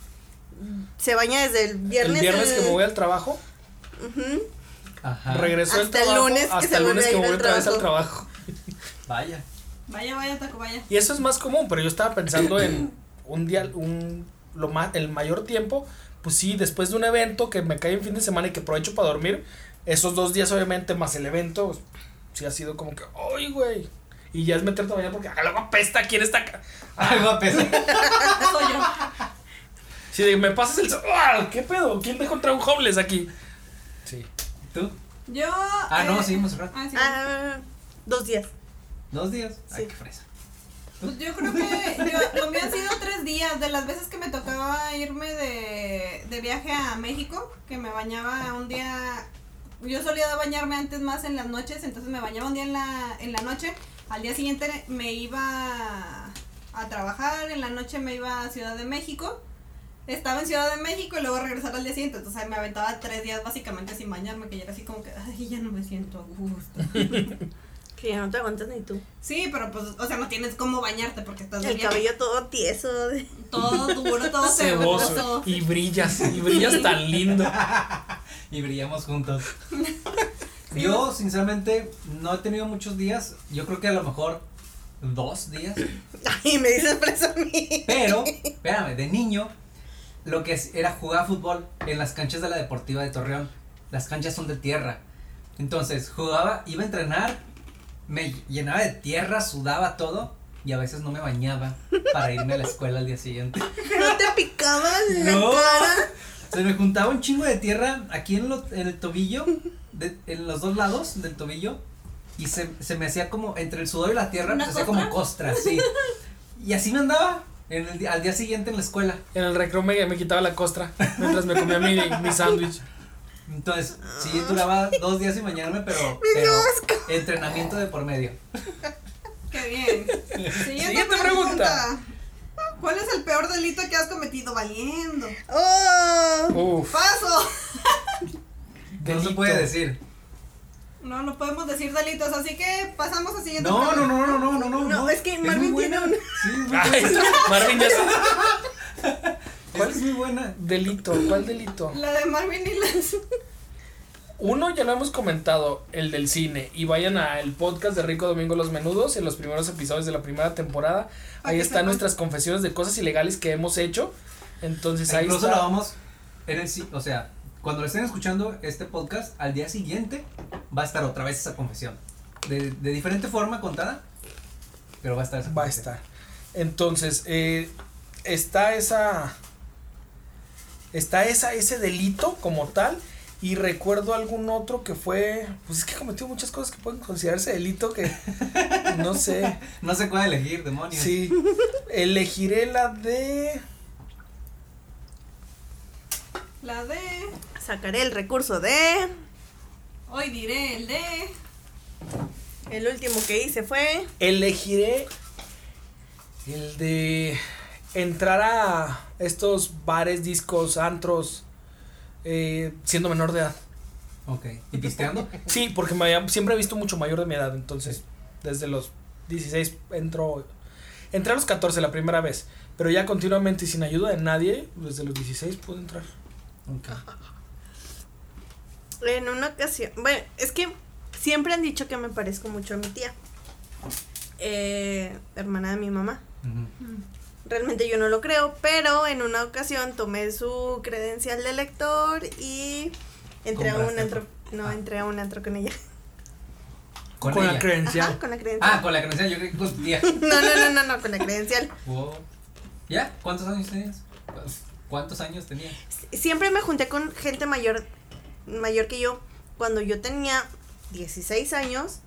Speaker 6: Se baña desde el viernes.
Speaker 5: el viernes
Speaker 6: al-
Speaker 5: que me voy al trabajo,
Speaker 6: Ujú.
Speaker 4: Ajá.
Speaker 5: regreso
Speaker 6: Hasta el
Speaker 5: al trabajo.
Speaker 6: lunes que
Speaker 5: hasta
Speaker 6: se
Speaker 5: el
Speaker 6: vuelve
Speaker 5: lunes
Speaker 6: a
Speaker 5: que
Speaker 6: ir
Speaker 5: voy
Speaker 6: al
Speaker 5: otra vez al trabajo.
Speaker 4: Vaya.
Speaker 3: Vaya, vaya, taco, vaya.
Speaker 5: Y eso es más común, pero yo estaba pensando en un día, un, lo ma- el mayor tiempo, pues sí, después de un evento que me cae en fin de semana y que aprovecho para dormir, esos dos días obviamente más el evento, pues, sí ha sido como que, ¡ay, güey! Y ya es meterte a bañar porque, ¡ah, luego apesta! ¿Quién está acá?
Speaker 4: Algo apesta.
Speaker 3: Soy yo.
Speaker 5: Si de- me pasas el... so- ¡Ah, ¿Qué pedo? ¿Quién dejó entrar un homeless aquí? Sí.
Speaker 4: ¿Tú?
Speaker 3: Yo.
Speaker 4: Ah, no, sí, Monserrat.
Speaker 3: Ah, sí.
Speaker 6: Ah, dos días.
Speaker 4: ¿Dos días? Ay,
Speaker 6: Sí.
Speaker 4: qué fresa.
Speaker 3: Pues yo creo que yo, lo mío han sido tres días. De las veces que me tocaba irme de, de viaje a México, que me bañaba un día. Yo solía bañarme antes más en las noches, entonces me bañaba un día en la, en la noche. Al día siguiente me iba a trabajar, en la noche me iba a Ciudad de México. Estaba en Ciudad de México y luego regresar al día siguiente. Entonces ahí me aventaba tres días básicamente sin bañarme, que ya era así como que, ay, ya no me siento a gusto.
Speaker 6: Que ya no te aguantas ni tú.
Speaker 3: Sí, pero pues, o sea, no tienes cómo bañarte porque estás de
Speaker 6: El
Speaker 3: viaje.
Speaker 6: cabello todo tieso. de-
Speaker 3: Todo duro, todo
Speaker 5: Ceboso.
Speaker 3: ceboso.
Speaker 5: Y brillas, y brillas tan lindo.
Speaker 4: Y brillamos juntos. Yo, sinceramente, no he tenido muchos días. Yo creo que a lo mejor dos días.
Speaker 6: Ay, me dices preso a mí.
Speaker 4: Pero, espérame, de niño, lo que es- era jugar fútbol en las canchas de la Deportiva de Torreón. Las canchas son de tierra. Entonces, jugaba, iba a entrenar, me llenaba de tierra, sudaba todo y a veces no me bañaba para irme a la escuela al día siguiente.
Speaker 6: No te picaba en la
Speaker 4: No.
Speaker 6: cara.
Speaker 4: Se me juntaba un chingo de tierra aquí en, lo- en el tobillo, de- en los dos lados del tobillo, y se, se me hacía como, entre el sudor y la tierra,
Speaker 3: ¿Una
Speaker 4: se hacía como costra, sí. Y así me andaba En el di- al día siguiente en la escuela.
Speaker 5: En el recreo me, me quitaba la costra mientras me comía mi, mi sándwich.
Speaker 4: Entonces, sí, duraba dos días sin bañarme, pero,
Speaker 6: Ah. Me dio
Speaker 4: pero
Speaker 6: asco.
Speaker 4: entrenamiento de por medio.
Speaker 3: Qué bien. Siguiente,
Speaker 5: Siguiente pregunta.
Speaker 3: ¿Cuál es el peor delito que has cometido valiendo?
Speaker 6: ¡Oh!
Speaker 5: Uf.
Speaker 3: Paso.
Speaker 4: No se
Speaker 5: delito.
Speaker 4: puede decir.
Speaker 3: No, no podemos decir delitos, así que pasamos al siguiente.
Speaker 4: No, no,
Speaker 3: pregunta.
Speaker 4: no, no, no, no, no.
Speaker 6: No, es que Marvin
Speaker 4: muy buena.
Speaker 6: tiene un-
Speaker 4: Sí, es muy buena.
Speaker 5: Ay, Marvin ya se-
Speaker 4: Esta es muy buena.
Speaker 5: Delito, ¿cuál delito?
Speaker 3: La de Marvin y las.
Speaker 5: Uno ya lo hemos comentado, el del cine. Y vayan al podcast de Rico Domingo Los Menudos en los primeros episodios de la primera temporada. Ahí
Speaker 3: que
Speaker 5: están
Speaker 3: sepan.
Speaker 5: nuestras confesiones de cosas ilegales que hemos hecho. Entonces ahí
Speaker 4: Incluso
Speaker 5: está.
Speaker 4: la vamos en el si- o sea, cuando lo estén escuchando este podcast, al día siguiente va a estar otra vez esa confesión. De, de diferente forma contada, pero va a estar esa
Speaker 5: Va a
Speaker 4: confesión.
Speaker 5: estar. Entonces, eh, está esa. Está esa, ese delito como tal. Y recuerdo algún otro que fue. Pues es que cometió muchas cosas que pueden considerarse delito que. No sé.
Speaker 4: No sé cuál elegir, demonios.
Speaker 5: Sí. Elegiré la de.
Speaker 3: La de.
Speaker 6: Sacaré el recurso de.
Speaker 3: Hoy diré el de.
Speaker 6: El último que hice fue.
Speaker 5: Elegiré el de entrar a estos bares, discos, antros, eh, siendo menor de edad.
Speaker 4: Ok. ¿Y pisteando?
Speaker 5: Sí, porque me había- siempre he visto mucho mayor de mi edad, entonces desde los 16 entro, entré a los 14 la primera vez, pero ya continuamente y sin ayuda de nadie, desde los 16 pude entrar.
Speaker 4: Ok.
Speaker 6: En una ocasión. Bueno, es que siempre han dicho que me parezco mucho a mi tía. Eh, hermana de mi mamá.
Speaker 4: Ujú.
Speaker 6: Realmente yo no lo creo, pero en una ocasión tomé su credencial de lector y entré a un
Speaker 4: ¿Compraste
Speaker 6: antro. No,
Speaker 4: Ah.
Speaker 6: entré a un antro con ella.
Speaker 4: Con,
Speaker 5: Con la
Speaker 4: ella.
Speaker 5: credencial.
Speaker 6: Ajá, con la credencial.
Speaker 4: Ah, con la credencial, yo creí que con tu tía.
Speaker 6: No, no, no, no, no, con la credencial.
Speaker 4: Wow. ¿Ya? ¿Cuántos años tenías? Pues, ¿Cuántos años tenías?
Speaker 6: Siempre me junté con gente mayor, mayor que yo. Cuando yo tenía 16 años,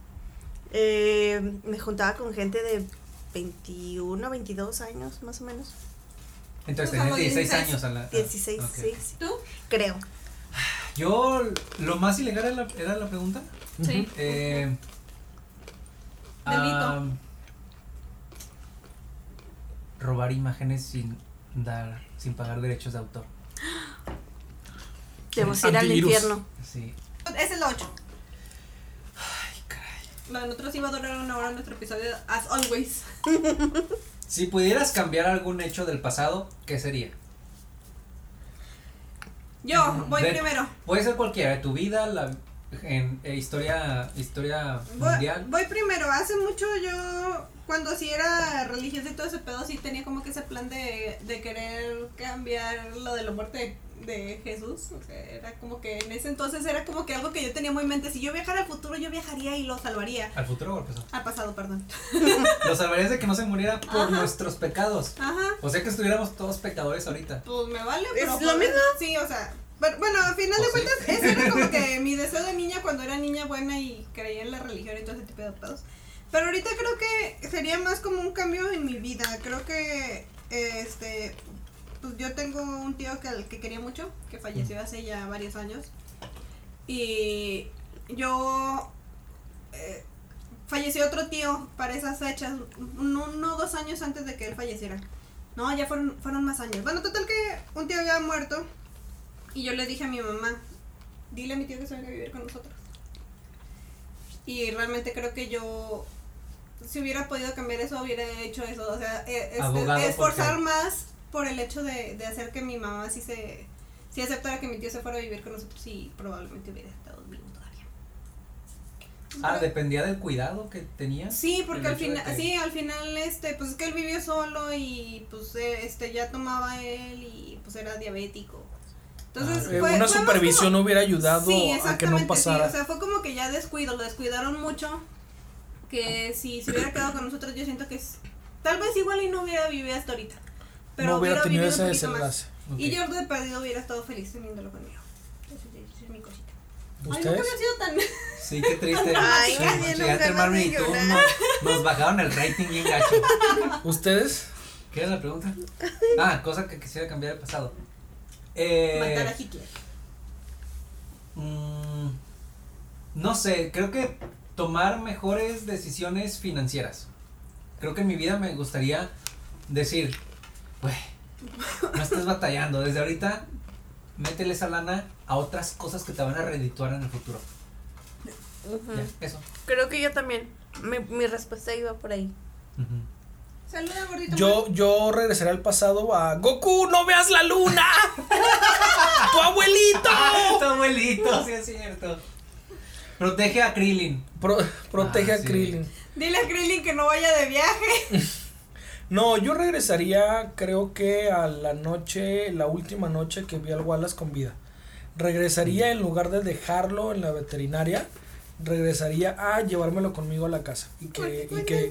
Speaker 6: eh, me juntaba con gente de 21, 22 años, más o menos.
Speaker 4: Entonces
Speaker 3: Pues
Speaker 4: tenías
Speaker 3: como
Speaker 4: 16
Speaker 3: 16.
Speaker 4: años a la. a-
Speaker 6: 16,
Speaker 4: ok.
Speaker 6: sí, sí,
Speaker 3: ¿Tú?
Speaker 6: creo.
Speaker 4: Yo, lo más ilegal era la, era la pregunta.
Speaker 3: Sí.
Speaker 4: Eh, ah,
Speaker 3: Delito.
Speaker 4: am, robar imágenes sin dar, sin pagar derechos de autor.
Speaker 6: Debemos ir al
Speaker 5: Antivirus.
Speaker 6: infierno.
Speaker 4: Sí.
Speaker 3: Es el 8.
Speaker 4: Ay, caray.
Speaker 3: La de nosotros iba a durar una hora nuestro episodio, as always.
Speaker 4: Si pudieras cambiar algún hecho del pasado, ¿qué sería?
Speaker 3: Yo voy
Speaker 4: De-
Speaker 3: primero.
Speaker 4: Puede ser cualquiera, de tu vida, la en, eh, historia, historia
Speaker 3: Voy,
Speaker 4: mundial.
Speaker 3: voy primero. Hace mucho yo, cuando sí era religiosa y todo ese pedo, sí tenía como que ese plan de, de querer cambiar lo de la muerte de, de Jesús. O sea, era como que en ese entonces era como que algo que yo tenía muy en mente. Si yo viajara al futuro, yo viajaría y lo salvaría.
Speaker 4: ¿Al futuro o al pasado?
Speaker 3: Al pasado, perdón.
Speaker 4: Lo salvarías de que no se muriera por nuestros pecados.
Speaker 3: Ajá.
Speaker 4: O sea que estuviéramos todos pecadores ahorita.
Speaker 3: Pues me vale,
Speaker 6: ¿Es
Speaker 3: pero.
Speaker 6: lo
Speaker 3: pues,
Speaker 6: mismo?
Speaker 3: Sí, o sea. Pero, bueno, al final de
Speaker 4: Pues sí.
Speaker 3: cuentas, ese era como que mi deseo de niña cuando era niña buena y creía en la religión y todo ese tipo de pedos. Pero ahorita creo que sería más como un cambio en mi vida. Creo que. Este. Pues yo tengo un tío que, al que quería mucho, que falleció hace ya varios años. Y yo. eh, falleció otro tío para esas fechas, un- uno o dos años antes de que él falleciera. No, ya fueron, fueron más años. Bueno, total que un tío había muerto y yo le dije a mi mamá, dile a mi tío que se venga a vivir con nosotros. Y realmente creo que yo, si hubiera podido cambiar eso, hubiera hecho eso. O sea, eh, este,
Speaker 4: Abogado, ¿por
Speaker 3: esforzar
Speaker 4: qué?
Speaker 3: más por el hecho de, de hacer que mi mamá sí se... Si aceptara que mi tío se fuera a vivir con nosotros y probablemente hubiera estado vivo todavía.
Speaker 4: Ah,
Speaker 3: Pero-
Speaker 4: dependía del cuidado que tenías.
Speaker 3: Sí, porque
Speaker 4: El
Speaker 3: al
Speaker 4: hecho de
Speaker 3: final,
Speaker 4: que-
Speaker 3: sí, al final, este, pues es que él vivió solo y pues eh, este ya tomaba él y pues era diabético. Entonces, fue-
Speaker 5: Eh,
Speaker 3: fue
Speaker 5: una
Speaker 3: más como-
Speaker 5: supervisión hubiera ayudado
Speaker 3: Sí,
Speaker 5: a que
Speaker 3: exactamente,
Speaker 5: no pasara.
Speaker 3: sí, o sea, fue como que ya descuido, lo descuidaron mucho, que si se hubiera quedado con nosotros yo siento que es- tal vez igual y no hubiera vivido hasta ahorita, pero
Speaker 5: no hubiera tenido
Speaker 3: vivido
Speaker 5: ese
Speaker 3: un poquito más.
Speaker 5: desenlace.
Speaker 4: Ok.
Speaker 3: Y yo de perdido hubiera estado feliz teniéndolo conmigo. Entonces, esa es mi cosita. Ay, nunca
Speaker 5: ¿Ustedes? Eh.
Speaker 3: había sido tan...
Speaker 4: Sí, qué triste.
Speaker 6: Ay,
Speaker 4: Sí,
Speaker 6: nadie
Speaker 4: manches,
Speaker 6: nunca
Speaker 4: ya entre
Speaker 6: más
Speaker 4: Marvin
Speaker 6: me
Speaker 4: y tú
Speaker 6: llora.
Speaker 4: nos, nos bajaron el rating bien gacho.
Speaker 5: ¿Ustedes?
Speaker 4: ¿Qué era la pregunta? Ah, cosa que quisiera cambiar el pasado. Eh,
Speaker 3: Matar a Hitler.
Speaker 4: mm, no sé, creo que tomar mejores decisiones financieras. Creo que en mi vida me gustaría decir, güey, no estés batallando. Desde ahorita, métele esa lana a otras cosas que te van a redituar en el futuro.
Speaker 6: Ujú.
Speaker 4: Ya, eso.
Speaker 6: Creo que yo también. Mi, mi respuesta iba por ahí.
Speaker 4: Ujú.
Speaker 3: Saluda, gordito.
Speaker 5: Yo, yo regresaré al pasado a Goku, no veas la luna. tu abuelito.
Speaker 4: ¡Ah, tu abuelito! Sí, es cierto. Protege a Krillin.
Speaker 5: Pro- protege
Speaker 4: Ah,
Speaker 5: a
Speaker 4: sí.
Speaker 5: Krillin.
Speaker 3: Dile a Krillin que no vaya de viaje.
Speaker 5: No, yo regresaría, creo que a la noche, la última noche que vi al Wallace con vida.
Speaker 4: Mm.
Speaker 5: Regresaría en lugar de dejarlo en la veterinaria, regresaría a llevármelo conmigo a la casa. Y que, y que,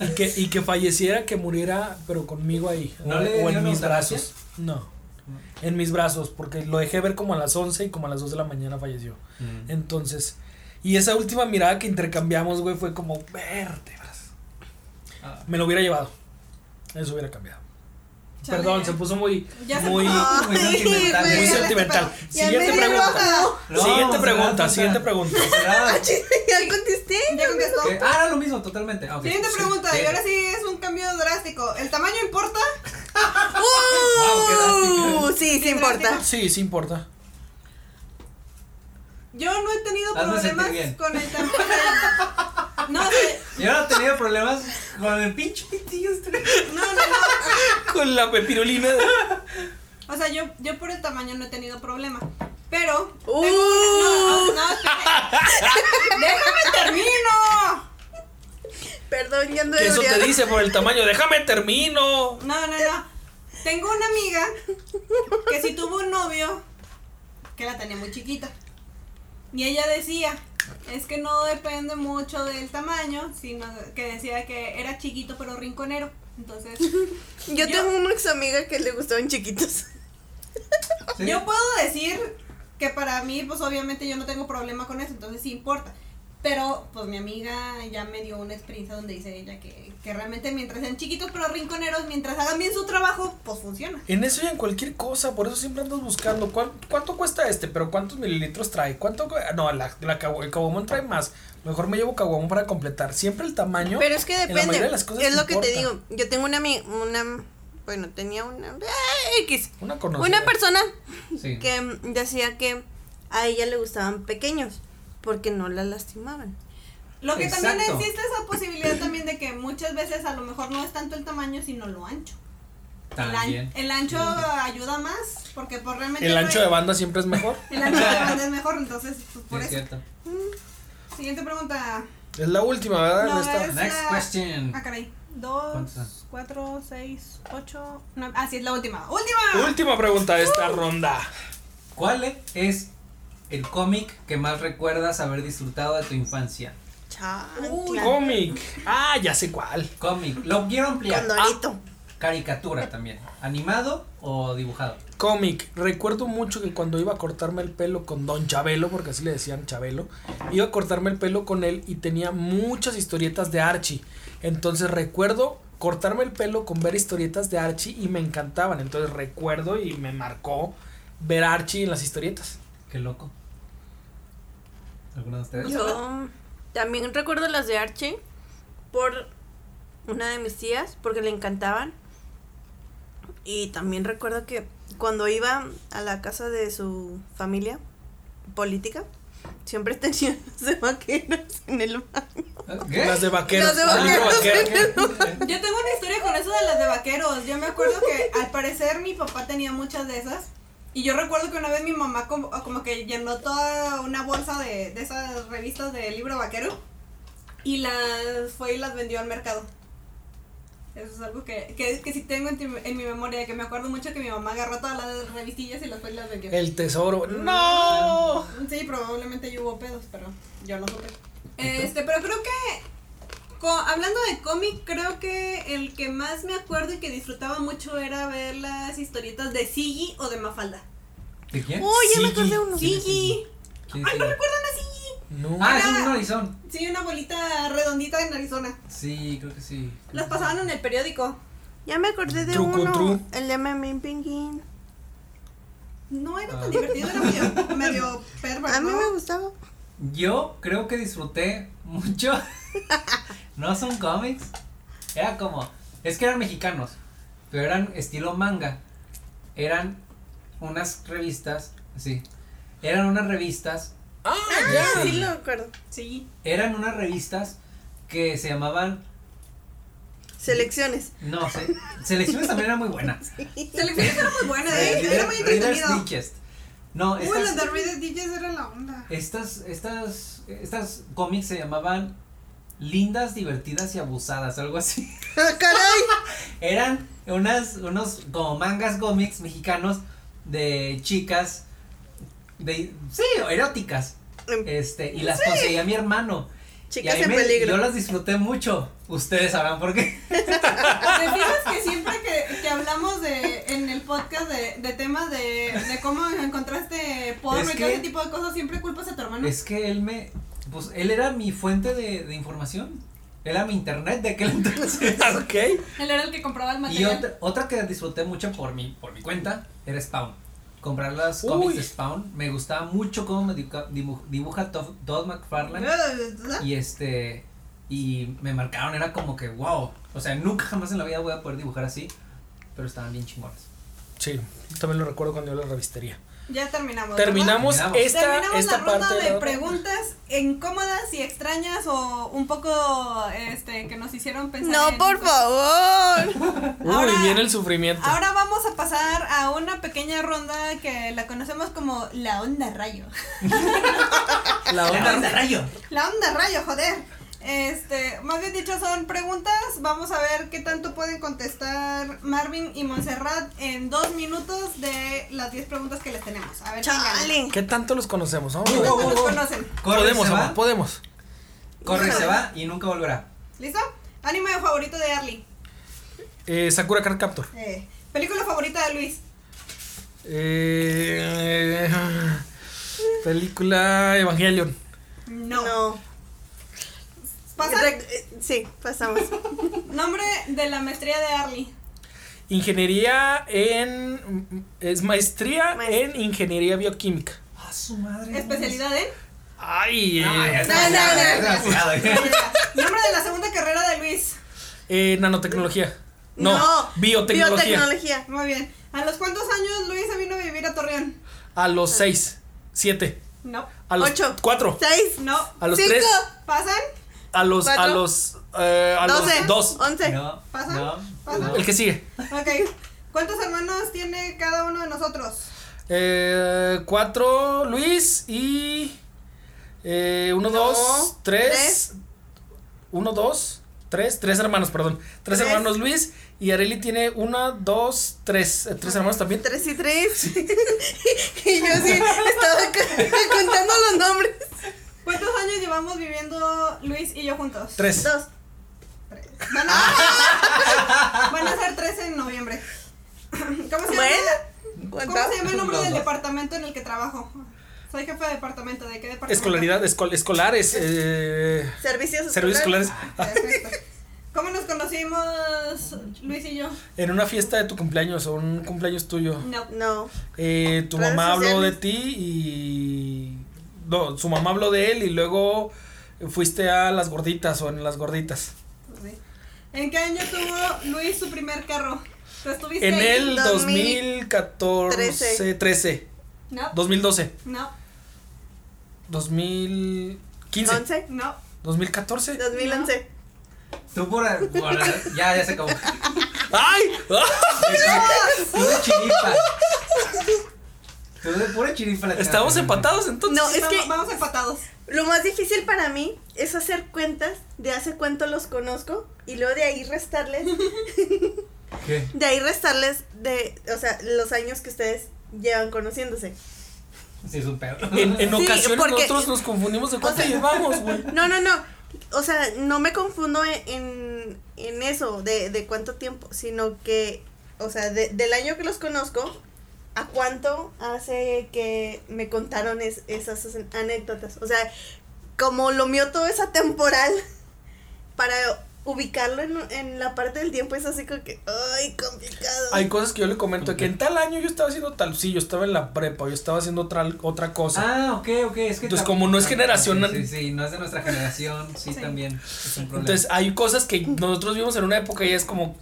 Speaker 5: y que, y que falleciera, que muriera, pero conmigo ahí.
Speaker 4: ¿No
Speaker 5: o,
Speaker 4: le
Speaker 5: o en
Speaker 4: dieron
Speaker 5: mis
Speaker 4: eutanasia?
Speaker 5: brazos. No. En mis brazos, porque lo dejé ver como a las 11 y como a las 2 de la mañana falleció. Entonces, y esa última mirada que intercambiamos, güey, fue como vértebras.
Speaker 4: Ah.
Speaker 5: Me lo hubiera llevado. Eso hubiera cambiado.
Speaker 3: Chale.
Speaker 5: Perdón, se puso muy
Speaker 3: Ya se
Speaker 5: muy,
Speaker 3: puso-
Speaker 4: muy sentimental,
Speaker 5: muy
Speaker 4: güey.
Speaker 5: sentimental.
Speaker 6: Ya
Speaker 5: Siguiente
Speaker 6: me dio
Speaker 5: pregunta.
Speaker 6: rojo.
Speaker 4: No,
Speaker 5: siguiente
Speaker 4: se
Speaker 5: pregunta,
Speaker 4: da
Speaker 5: siguiente
Speaker 4: cuenta.
Speaker 5: pregunta.
Speaker 3: Ah,
Speaker 4: Cerrada.
Speaker 6: Ya contesté.
Speaker 3: Ya contestó.
Speaker 4: ¿Qué? Ah, era lo mismo, totalmente. Ah, ok.
Speaker 3: Siguiente
Speaker 4: Sí,
Speaker 3: pregunta,
Speaker 4: sí.
Speaker 3: y ahora sí es un cambio drástico. ¿El tamaño importa?
Speaker 4: Wow,
Speaker 6: Uh, sí, sí
Speaker 3: Qué
Speaker 6: importa.
Speaker 3: drástico.
Speaker 5: Sí, sí importa.
Speaker 3: Yo no he tenido
Speaker 5: Ah,
Speaker 4: Hazme sentir bien.
Speaker 3: problemas con el tamaño. No, o sea,
Speaker 4: Yo no he tenido problemas con el pinche pitillo este.
Speaker 3: no, no, no.
Speaker 5: Con la pepirulina.
Speaker 3: O sea, yo, yo por el tamaño no he tenido problema. Pero. tengo
Speaker 6: Uh.
Speaker 3: una- no, no, espérate. ¡Déjame termino!
Speaker 6: Perdón, ya ando
Speaker 5: Que eso
Speaker 6: ebria.
Speaker 5: te dice por el tamaño. Déjame termino.
Speaker 3: No, no, no. Tengo una amiga que si tuvo un novio que la tenía muy chiquita. Y ella decía, es que no depende mucho del tamaño, sino que decía que era chiquito pero rinconero. Entonces,
Speaker 6: Yo
Speaker 3: Yo-
Speaker 6: tengo una ex amiga que le gustaban chiquitos.
Speaker 4: Sí.
Speaker 3: yo puedo decir que para mí, pues obviamente yo no tengo problema con eso, entonces sí importa. Pero pues mi amiga ya me dio una experiencia donde dice ella que, que realmente mientras sean chiquitos pero rinconeros, mientras hagan bien su trabajo, pues funciona.
Speaker 5: En eso y en cualquier cosa, por eso siempre andas buscando ¿cuál- cuánto cuesta este, pero cuántos mililitros trae, cuánto cu- no, la, la cagu- el caguamón trae más. Mejor me llevo caguamón para completar. Siempre el tamaño.
Speaker 6: Pero es que
Speaker 5: en la
Speaker 6: depende.
Speaker 5: mayoría de las cosas
Speaker 6: es lo que te
Speaker 5: importa.
Speaker 6: digo. Yo tengo una ami- una bueno, tenía una eh, X.
Speaker 5: Una conocida.
Speaker 6: Una persona
Speaker 4: Sí.
Speaker 6: que mm, decía que a ella le gustaban pequeños porque no la lastimaban.
Speaker 3: Lo que
Speaker 4: Exacto.
Speaker 3: también existe esa posibilidad también de que muchas veces a lo mejor no es tanto el tamaño sino lo ancho. El, an-
Speaker 4: También.
Speaker 3: el ancho ayuda más porque por realmente
Speaker 5: El
Speaker 3: no
Speaker 5: ancho
Speaker 3: hay-
Speaker 5: de banda siempre es mejor.
Speaker 3: el ancho de banda es mejor, entonces pues,
Speaker 4: Sí,
Speaker 3: por
Speaker 4: es
Speaker 3: eso.
Speaker 4: cierto.
Speaker 3: Siguiente pregunta.
Speaker 5: Es la última, ¿verdad?
Speaker 3: No,
Speaker 5: En esta-
Speaker 3: es
Speaker 4: Next
Speaker 3: la-
Speaker 4: question.
Speaker 3: Ah, caray.
Speaker 4: ¿Cuántos son?
Speaker 3: Dos, cuatro, seis, ocho, nueve. Ah, sí, es la última. ¡Última!
Speaker 5: Última pregunta de esta ronda.
Speaker 4: ¿Cuál es el cómic que más recuerdas haber disfrutado de tu infancia?
Speaker 6: Chantla.
Speaker 5: Cómic. Ah, ya sé cuál.
Speaker 4: Cómic. Lo quiero ampliar.
Speaker 6: Con Dorito.
Speaker 4: Caricatura también. ¿Animado o dibujado?
Speaker 5: Cómic. Recuerdo mucho que cuando iba a cortarme el pelo con Don Chabelo, porque así le decían Chabelo, iba a cortarme el pelo con él y tenía muchas historietas de Archie. Entonces recuerdo cortarme el pelo con ver historietas de Archie y me encantaban. Entonces recuerdo y me marcó ver a Archie en las historietas.
Speaker 4: Qué loco. ¿Alguno de ustedes?
Speaker 6: Yo también recuerdo las de Archie por una de mis tías, porque le encantaban. Y también recuerdo que cuando iba a la casa de su familia política, siempre tenía los de vaqueros en el baño.
Speaker 4: ¿Eh? ¿Qué?
Speaker 5: Las de vaqueros.
Speaker 6: Las de
Speaker 5: Ah,
Speaker 6: vaqueros.
Speaker 5: vaquero.
Speaker 3: Yo tengo una historia con eso de las de vaqueros. Yo me acuerdo que al parecer mi papá tenía muchas de esas. Y yo recuerdo que una vez mi mamá como, como que llenó toda una bolsa de, de esas revistas de libro vaquero. Y las fue y las vendió al mercado. Eso es algo que, que, que sí tengo en, ti- en mi memoria. Que me acuerdo mucho que mi mamá agarró todas las revistillas y las fue y las vendió.
Speaker 5: El tesoro. No.
Speaker 3: Sí, probablemente yo hubo pedos, pero yo no supe. Este, pero creo que co- hablando de cómic, creo que el que más me acuerdo y que disfrutaba mucho era ver las historietas de Siggy o de Mafalda.
Speaker 4: ¿De quién?
Speaker 6: ¡Oh, ya me acordé
Speaker 5: Sí.
Speaker 6: de uno!
Speaker 3: Siggy.
Speaker 4: ¿Quién
Speaker 3: Ay,
Speaker 4: sigue?
Speaker 3: no recuerdan a Siggy.
Speaker 5: No.
Speaker 4: Ah, es un narizón.
Speaker 3: Sí, una bolita redondita en Arizona.
Speaker 4: Sí, creo que sí.
Speaker 3: Las pasaban en el periódico.
Speaker 6: Ya me acordé de
Speaker 5: Truco,
Speaker 6: uno.
Speaker 5: tru.
Speaker 6: El de Memín Pinguín.
Speaker 3: No era tan divertido, era medio, medio perverso.
Speaker 6: Ah. A mí me gustaba.
Speaker 4: Yo creo que disfruté mucho. no son cómics. Era como. Es que eran mexicanos. Pero eran estilo manga. Eran unas revistas. Sí. Eran unas revistas.
Speaker 5: Ah,
Speaker 6: Ah,
Speaker 5: ya.
Speaker 6: sí lo acuerdo.
Speaker 3: Sí.
Speaker 4: Eran unas revistas que se llamaban.
Speaker 6: Selecciones.
Speaker 4: No sé. Selecciones también era muy buena.
Speaker 3: Selecciones era muy buena,
Speaker 4: Eh,
Speaker 3: ¿eh? era
Speaker 4: Reader-
Speaker 3: muy
Speaker 4: Reader's
Speaker 3: entretenido.
Speaker 4: Digest. No,
Speaker 3: Uy, las de
Speaker 4: estas,
Speaker 3: Reader DJs era la onda.
Speaker 4: estas, estas, estas cómics se llamaban lindas, divertidas y abusadas, algo así.
Speaker 6: ¡Ah, caray!
Speaker 4: Eran unas, unos como mangas cómics mexicanos de chicas, de, sí, eróticas,
Speaker 3: Em,
Speaker 4: este, y las conseguía mi hermano.
Speaker 6: Chicas
Speaker 4: y a
Speaker 6: en
Speaker 4: mí me-
Speaker 6: peligro.
Speaker 4: Yo las disfruté mucho, ustedes sabrán por qué.
Speaker 3: ¿Te fijas que siempre que, que hablamos de, en el podcast de, de temas de, de cómo encontraste porno
Speaker 4: Es
Speaker 3: y todo
Speaker 4: que-
Speaker 3: ese tipo de cosas, siempre culpas a tu hermano?
Speaker 4: Es que él me, pues, él era mi fuente de, de información, era mi internet de aquel entonces.
Speaker 5: Ok.
Speaker 3: Él era el que compraba el
Speaker 4: Y
Speaker 3: material.
Speaker 4: otra, otra que disfruté mucho por mi, por mi cuenta era Spawn. Comprar las cómics
Speaker 5: Uy.
Speaker 4: de Spawn. Me gustaba mucho cómo me dibuja, dibu- dibuja Todd Todd McFarlane. Y este. Y me marcaron, era como que wow. O sea, nunca jamás en la vida voy a poder dibujar así. Pero estaban bien chingones.
Speaker 5: Sí, yo también lo recuerdo cuando yo la revistería.
Speaker 3: Ya terminamos. ¿verdad?
Speaker 5: Terminamos,
Speaker 4: Terminamos.
Speaker 5: esta,
Speaker 3: Terminamos
Speaker 5: esta
Speaker 3: la
Speaker 5: parte
Speaker 3: ronda
Speaker 5: de
Speaker 3: de
Speaker 5: la-
Speaker 3: preguntas incómodas y extrañas o un poco este que nos hicieron pensar.
Speaker 6: No,
Speaker 3: en-
Speaker 6: por favor.
Speaker 5: Uy,
Speaker 3: Ahora-
Speaker 5: viene el sufrimiento.
Speaker 3: Ahora vamos a pasar a una pequeña ronda que la conocemos como la onda rayo.
Speaker 5: La onda-
Speaker 4: rayo!
Speaker 3: La onda rayo, joder. Este, más bien dicho, son preguntas. Vamos a ver qué tanto pueden contestar Marvin y Montserrat en dos minutos de las 10 preguntas que les tenemos. A ver, quién gana.
Speaker 6: Chale.
Speaker 5: ¿Qué tanto los conocemos? Vamos,
Speaker 3: ¿Qué
Speaker 5: vamos,
Speaker 3: tanto
Speaker 5: vamos.
Speaker 3: los conocen?
Speaker 4: Corre,
Speaker 5: Podemos,
Speaker 4: se
Speaker 5: amor,
Speaker 4: va,
Speaker 5: podemos.
Speaker 4: corre, se va y nunca volverá.
Speaker 3: ¿Listo? Anime favorito de Arlie.
Speaker 5: Eh, Sakura Card Captor.
Speaker 3: Eh, película favorita de Luis.
Speaker 5: Eh, película Evangelion.
Speaker 3: No.
Speaker 6: No.
Speaker 3: Pasa.
Speaker 6: Rec- eh, Sí, pasamos.
Speaker 3: Nombre de la maestría de Arlie.
Speaker 5: Ingeniería en. Es maestría
Speaker 6: Maestría.
Speaker 5: en ingeniería bioquímica.
Speaker 4: ¡Ah, su madre!
Speaker 3: Especialidad en.
Speaker 5: Ay, eh,
Speaker 4: Ah, es
Speaker 6: No,
Speaker 4: demasiado,
Speaker 6: no, no.
Speaker 4: es demasiado.
Speaker 3: Nombre de la segunda carrera de Luis.
Speaker 5: eh, nanotecnología. No, biotecnología.
Speaker 6: Biotecnología.
Speaker 3: Muy bien. ¿A los cuántos años Luis se vino a vivir a Torreón?
Speaker 5: A los 6, 7,
Speaker 3: No.
Speaker 5: a los
Speaker 6: Ocho.
Speaker 5: 4,
Speaker 6: Seis.
Speaker 3: No.
Speaker 5: a los
Speaker 6: Cinco.
Speaker 5: 3,
Speaker 3: ¿Pasan?
Speaker 5: a los a
Speaker 6: Cuatro.
Speaker 5: los eh, a
Speaker 6: Doce.
Speaker 5: los 2.
Speaker 6: Once.
Speaker 4: No,
Speaker 3: ¿Pasa?
Speaker 4: no,
Speaker 3: ¿Pasa?
Speaker 4: no.
Speaker 5: El que sigue.
Speaker 3: Ok. ¿Cuántos hermanos tiene cada uno de nosotros?
Speaker 5: 4 Eh, Luis y eh, 1
Speaker 6: No,
Speaker 5: 2
Speaker 6: tres.
Speaker 5: 3 1 2 3 3 hermanos, perdón. 3
Speaker 6: Tres.
Speaker 5: hermanos Luis y Areli tiene 1 2 3 3 Eh, hermanos también.
Speaker 6: Tres y tres. y yo sí estaba c- contando los nombres.
Speaker 3: ¿Cuántos años llevamos viviendo Luis y yo juntos?
Speaker 5: 3.
Speaker 6: Dos.
Speaker 3: Van
Speaker 5: Ah.
Speaker 3: a, van a ser tres en noviembre. ¿Cómo se llama?
Speaker 6: Bueno.
Speaker 3: ¿Cómo se llama el nombre
Speaker 4: pues Los
Speaker 3: del
Speaker 4: dos.
Speaker 3: departamento en el que trabajo? Soy jefe de departamento. ¿De qué departamento?
Speaker 5: Escolaridad escol- escolares eh,
Speaker 6: Servicios
Speaker 5: servicios escolares
Speaker 3: Perfecto. ¿Cómo nos conocimos Luis y yo?
Speaker 5: en una fiesta de tu cumpleaños o un cumpleaños tuyo.
Speaker 3: No.
Speaker 6: No.
Speaker 5: Eh, tu
Speaker 6: Redes
Speaker 5: mamá habló de
Speaker 6: sociales.
Speaker 5: ti y. No, su mamá habló de él y luego fuiste a las gorditas o en las gorditas.
Speaker 3: Sí. ¿En qué año tuvo Luis su primer carro? ¿Tú estuviste
Speaker 5: En
Speaker 3: ahí?
Speaker 5: el
Speaker 6: 2013.
Speaker 5: 2014, 13,
Speaker 3: No. pues
Speaker 5: 2012,
Speaker 3: No.
Speaker 5: 2015,
Speaker 6: Once.
Speaker 3: No.
Speaker 5: 2014.
Speaker 6: Dos mil once.
Speaker 4: Tú por, por- Ya, ya se acabó.
Speaker 5: ¡Ay!
Speaker 4: Tú de chiripa. Tú de pura chiripa la
Speaker 5: Estamos
Speaker 4: tiraste.
Speaker 5: empatados entonces.
Speaker 6: No, es que
Speaker 3: Vamos empatados.
Speaker 6: Lo más difícil para mí es hacer cuentas de hace cuánto los conozco y luego de ahí restarles,
Speaker 4: ¿Qué?
Speaker 6: de ahí restarles de, o sea, los años que ustedes llevan conociéndose.
Speaker 4: Sí, es un perro.
Speaker 5: En, en
Speaker 6: Sí,
Speaker 5: ocasiones
Speaker 6: porque-
Speaker 5: nosotros nos confundimos de cuánto llevamos, güey.
Speaker 6: No, no, no. O sea, no me confundo en, en, en eso, de, de cuánto tiempo, sino que, o sea, de- del año que los conozco, a cuánto hace que me contaron es- esas anécdotas. O sea, como lo mío todo es atemporal, para ubicarlo en, en la parte del tiempo es así como que, ay, complicado.
Speaker 5: Hay cosas que yo le comento
Speaker 4: Ok.
Speaker 5: que en tal año yo estaba haciendo tal, sí, yo estaba en la prepa, yo estaba haciendo otra, otra cosa.
Speaker 4: Ah, ok, ok. Es que
Speaker 5: Entonces,
Speaker 4: tam-
Speaker 5: Pues como no es
Speaker 4: ah,
Speaker 5: generación-
Speaker 4: Sí, sí, sí, no es de nuestra generación. Sí,
Speaker 3: Sí.
Speaker 4: también. Es un problema.
Speaker 5: Entonces, hay cosas que nosotros vimos en una época y es como,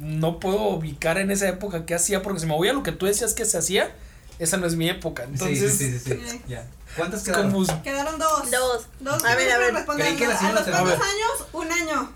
Speaker 5: no puedo ubicar en esa época qué hacía, porque si me voy a lo que tú decías que se hacía, esa no es mi época.
Speaker 4: Sí,
Speaker 5: Entonces,
Speaker 4: sí, sí, sí, sí,
Speaker 3: Sí.
Speaker 4: Ya. ¿Cuántas
Speaker 5: es
Speaker 4: quedaron?
Speaker 5: como,
Speaker 3: Quedaron dos.
Speaker 6: Dos.
Speaker 3: Dos.
Speaker 6: A ver, a ver.
Speaker 4: Creí
Speaker 3: Respondiendo.
Speaker 4: que la
Speaker 3: ¿A
Speaker 4: señora
Speaker 3: los
Speaker 4: se- a
Speaker 3: cuántos
Speaker 5: ver.
Speaker 3: años? Un año.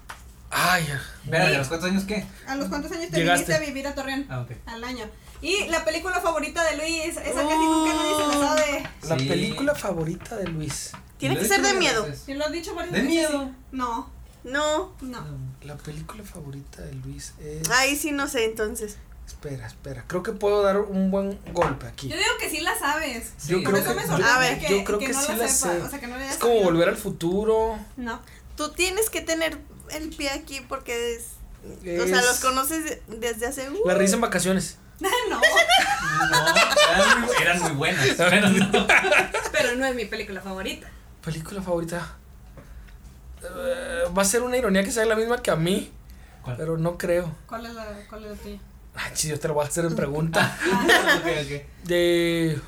Speaker 5: ay,
Speaker 4: Espérate, ¿a los cuántos años qué?
Speaker 3: ¿A los cuántos años te
Speaker 5: Llegaste.
Speaker 3: viniste a vivir a Torreón?
Speaker 4: Ah, ok.
Speaker 3: Al año. Y la película favorita de Luis, esa casi
Speaker 6: Oh.
Speaker 3: nunca nadie se la sabe.
Speaker 5: la
Speaker 4: Sí.
Speaker 5: película favorita de Luis.
Speaker 6: Tiene
Speaker 4: Lo
Speaker 6: que
Speaker 4: he
Speaker 6: ser
Speaker 4: dicho
Speaker 6: de
Speaker 4: varias
Speaker 6: miedo.
Speaker 4: veces.
Speaker 3: Yo lo he dicho varias
Speaker 4: ¿De
Speaker 3: veces.
Speaker 4: miedo?
Speaker 3: No,
Speaker 6: No,
Speaker 3: no.
Speaker 5: La película favorita de Luis es...
Speaker 6: ahí sí no sé entonces.
Speaker 5: Espera, espera. Creo que puedo dar un buen golpe aquí.
Speaker 3: Yo digo que sí la sabes.
Speaker 4: Sí.
Speaker 5: Yo
Speaker 3: Por
Speaker 5: creo
Speaker 3: eso
Speaker 5: que-
Speaker 3: me
Speaker 5: yo-
Speaker 3: sorprende
Speaker 6: a ver,
Speaker 3: que,
Speaker 5: yo creo
Speaker 3: que
Speaker 5: que
Speaker 3: no
Speaker 5: sí
Speaker 3: la,
Speaker 5: la
Speaker 3: sepa.
Speaker 5: sé.
Speaker 3: O sea, que no la hayas
Speaker 5: Es como
Speaker 3: sabido.
Speaker 5: volver al futuro.
Speaker 3: No.
Speaker 6: Tú tienes que tener el pie aquí porque es... O sea,
Speaker 5: es-
Speaker 6: los conoces de- desde hace... uh,
Speaker 5: La risa en vacaciones.
Speaker 3: no.
Speaker 4: No, eran muy, eran muy buenas. Bueno, no.
Speaker 3: Pero no es mi película favorita.
Speaker 5: Película favorita. Eh, va a ser una ironía que sea la misma que a mí,
Speaker 4: ¿Cuál?
Speaker 5: pero no creo.
Speaker 3: ¿Cuál es la, cuál es la tuya?
Speaker 5: Ay, sí, yo te lo voy a hacer en pregunta.
Speaker 4: Ah, ok, ok.
Speaker 5: De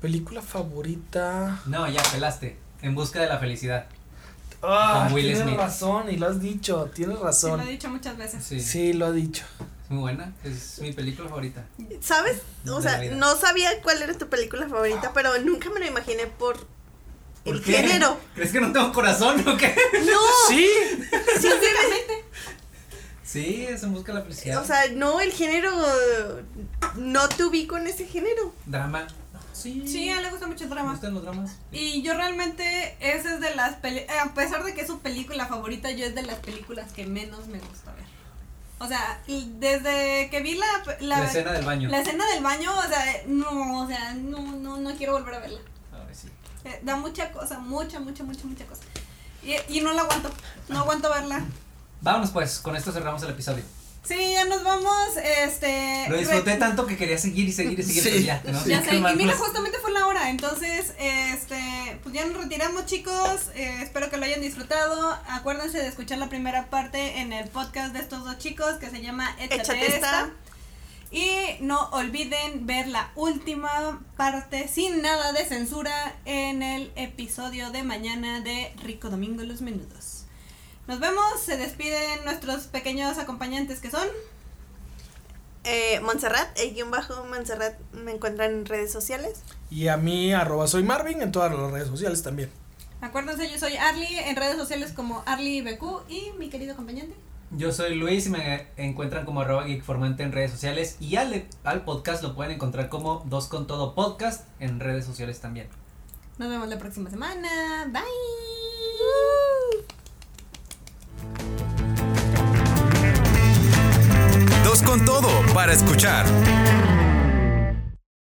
Speaker 5: película favorita.
Speaker 4: No, ya pelaste. En busca de la felicidad.
Speaker 5: Ah,
Speaker 4: Con Will
Speaker 5: tienes
Speaker 4: Smith.
Speaker 5: razón y lo has dicho, tienes
Speaker 3: Sí, lo he
Speaker 5: razón.
Speaker 3: dicho muchas veces.
Speaker 4: Sí.
Speaker 5: Sí, lo ha dicho.
Speaker 4: Es muy buena. Es mi película favorita.
Speaker 6: ¿Sabes? O
Speaker 4: De
Speaker 6: sea,
Speaker 4: la vida. Ah.
Speaker 6: no sabía cuál era tu película favorita, pero nunca me lo imaginé por
Speaker 4: ¿Por
Speaker 6: el
Speaker 4: qué?
Speaker 6: género.
Speaker 4: ¿Crees que no tengo corazón o qué?
Speaker 6: No,
Speaker 5: Sí.
Speaker 6: sinceramente.
Speaker 4: Sí, es en busca de la felicidad.
Speaker 6: O sea, no, el género. No te ubico en ese género.
Speaker 4: Drama. Sí.
Speaker 3: Sí, a él le gusta mucho el
Speaker 4: ¿Te
Speaker 3: drama.
Speaker 4: gustan los dramas?
Speaker 3: Y yo realmente, esa es de las películas, a pesar de que es su película favorita, yo es de las películas que menos me gusta ver. O sea, y desde que vi la, la,
Speaker 4: La, escena del baño.
Speaker 3: la escena del baño, o sea, eh, no, o sea, no, no, no quiero volver a verla.
Speaker 4: Ay, sí.
Speaker 3: Eh, Da mucha cosa, mucha, mucha, mucha, mucha cosa. Y, y no la aguanto, no aguanto verla.
Speaker 4: Vámonos pues, con esto cerramos el episodio.
Speaker 3: Sí, ya nos vamos, este...
Speaker 4: Lo disfruté
Speaker 3: re-
Speaker 4: tanto que quería seguir y seguir y seguir.
Speaker 5: Sí.
Speaker 4: pero ya, ¿no?
Speaker 3: Ya sé, y mira,
Speaker 4: Más- pues,
Speaker 3: justamente fue la hora, entonces, este, pues ya nos retiramos chicos, eh, espero que lo hayan disfrutado, acuérdense de escuchar la primera parte en el podcast de estos dos chicos que se llama Échate,
Speaker 6: Échate
Speaker 3: esta.
Speaker 6: esta.
Speaker 3: Y no olviden ver la última parte sin nada de censura en el episodio de mañana de Rico Domingo Los Menudos. Nos vemos, se despiden nuestros pequeños acompañantes que son...
Speaker 6: Eh, Montserrat, el guión bajo Montserrat, me encuentran en redes sociales.
Speaker 5: Y a mí, arroba soy Marvin en todas las redes sociales también.
Speaker 3: Acuérdense, yo soy Arly en redes sociales como ArlyBQ y mi querido acompañante.
Speaker 4: Yo soy Luis y me encuentran como arroba geekformante en redes sociales y al, al podcast lo pueden encontrar como Dos con Todo Podcast en redes sociales también.
Speaker 3: Nos vemos la próxima semana. Bye.
Speaker 2: Dos con todo para escuchar.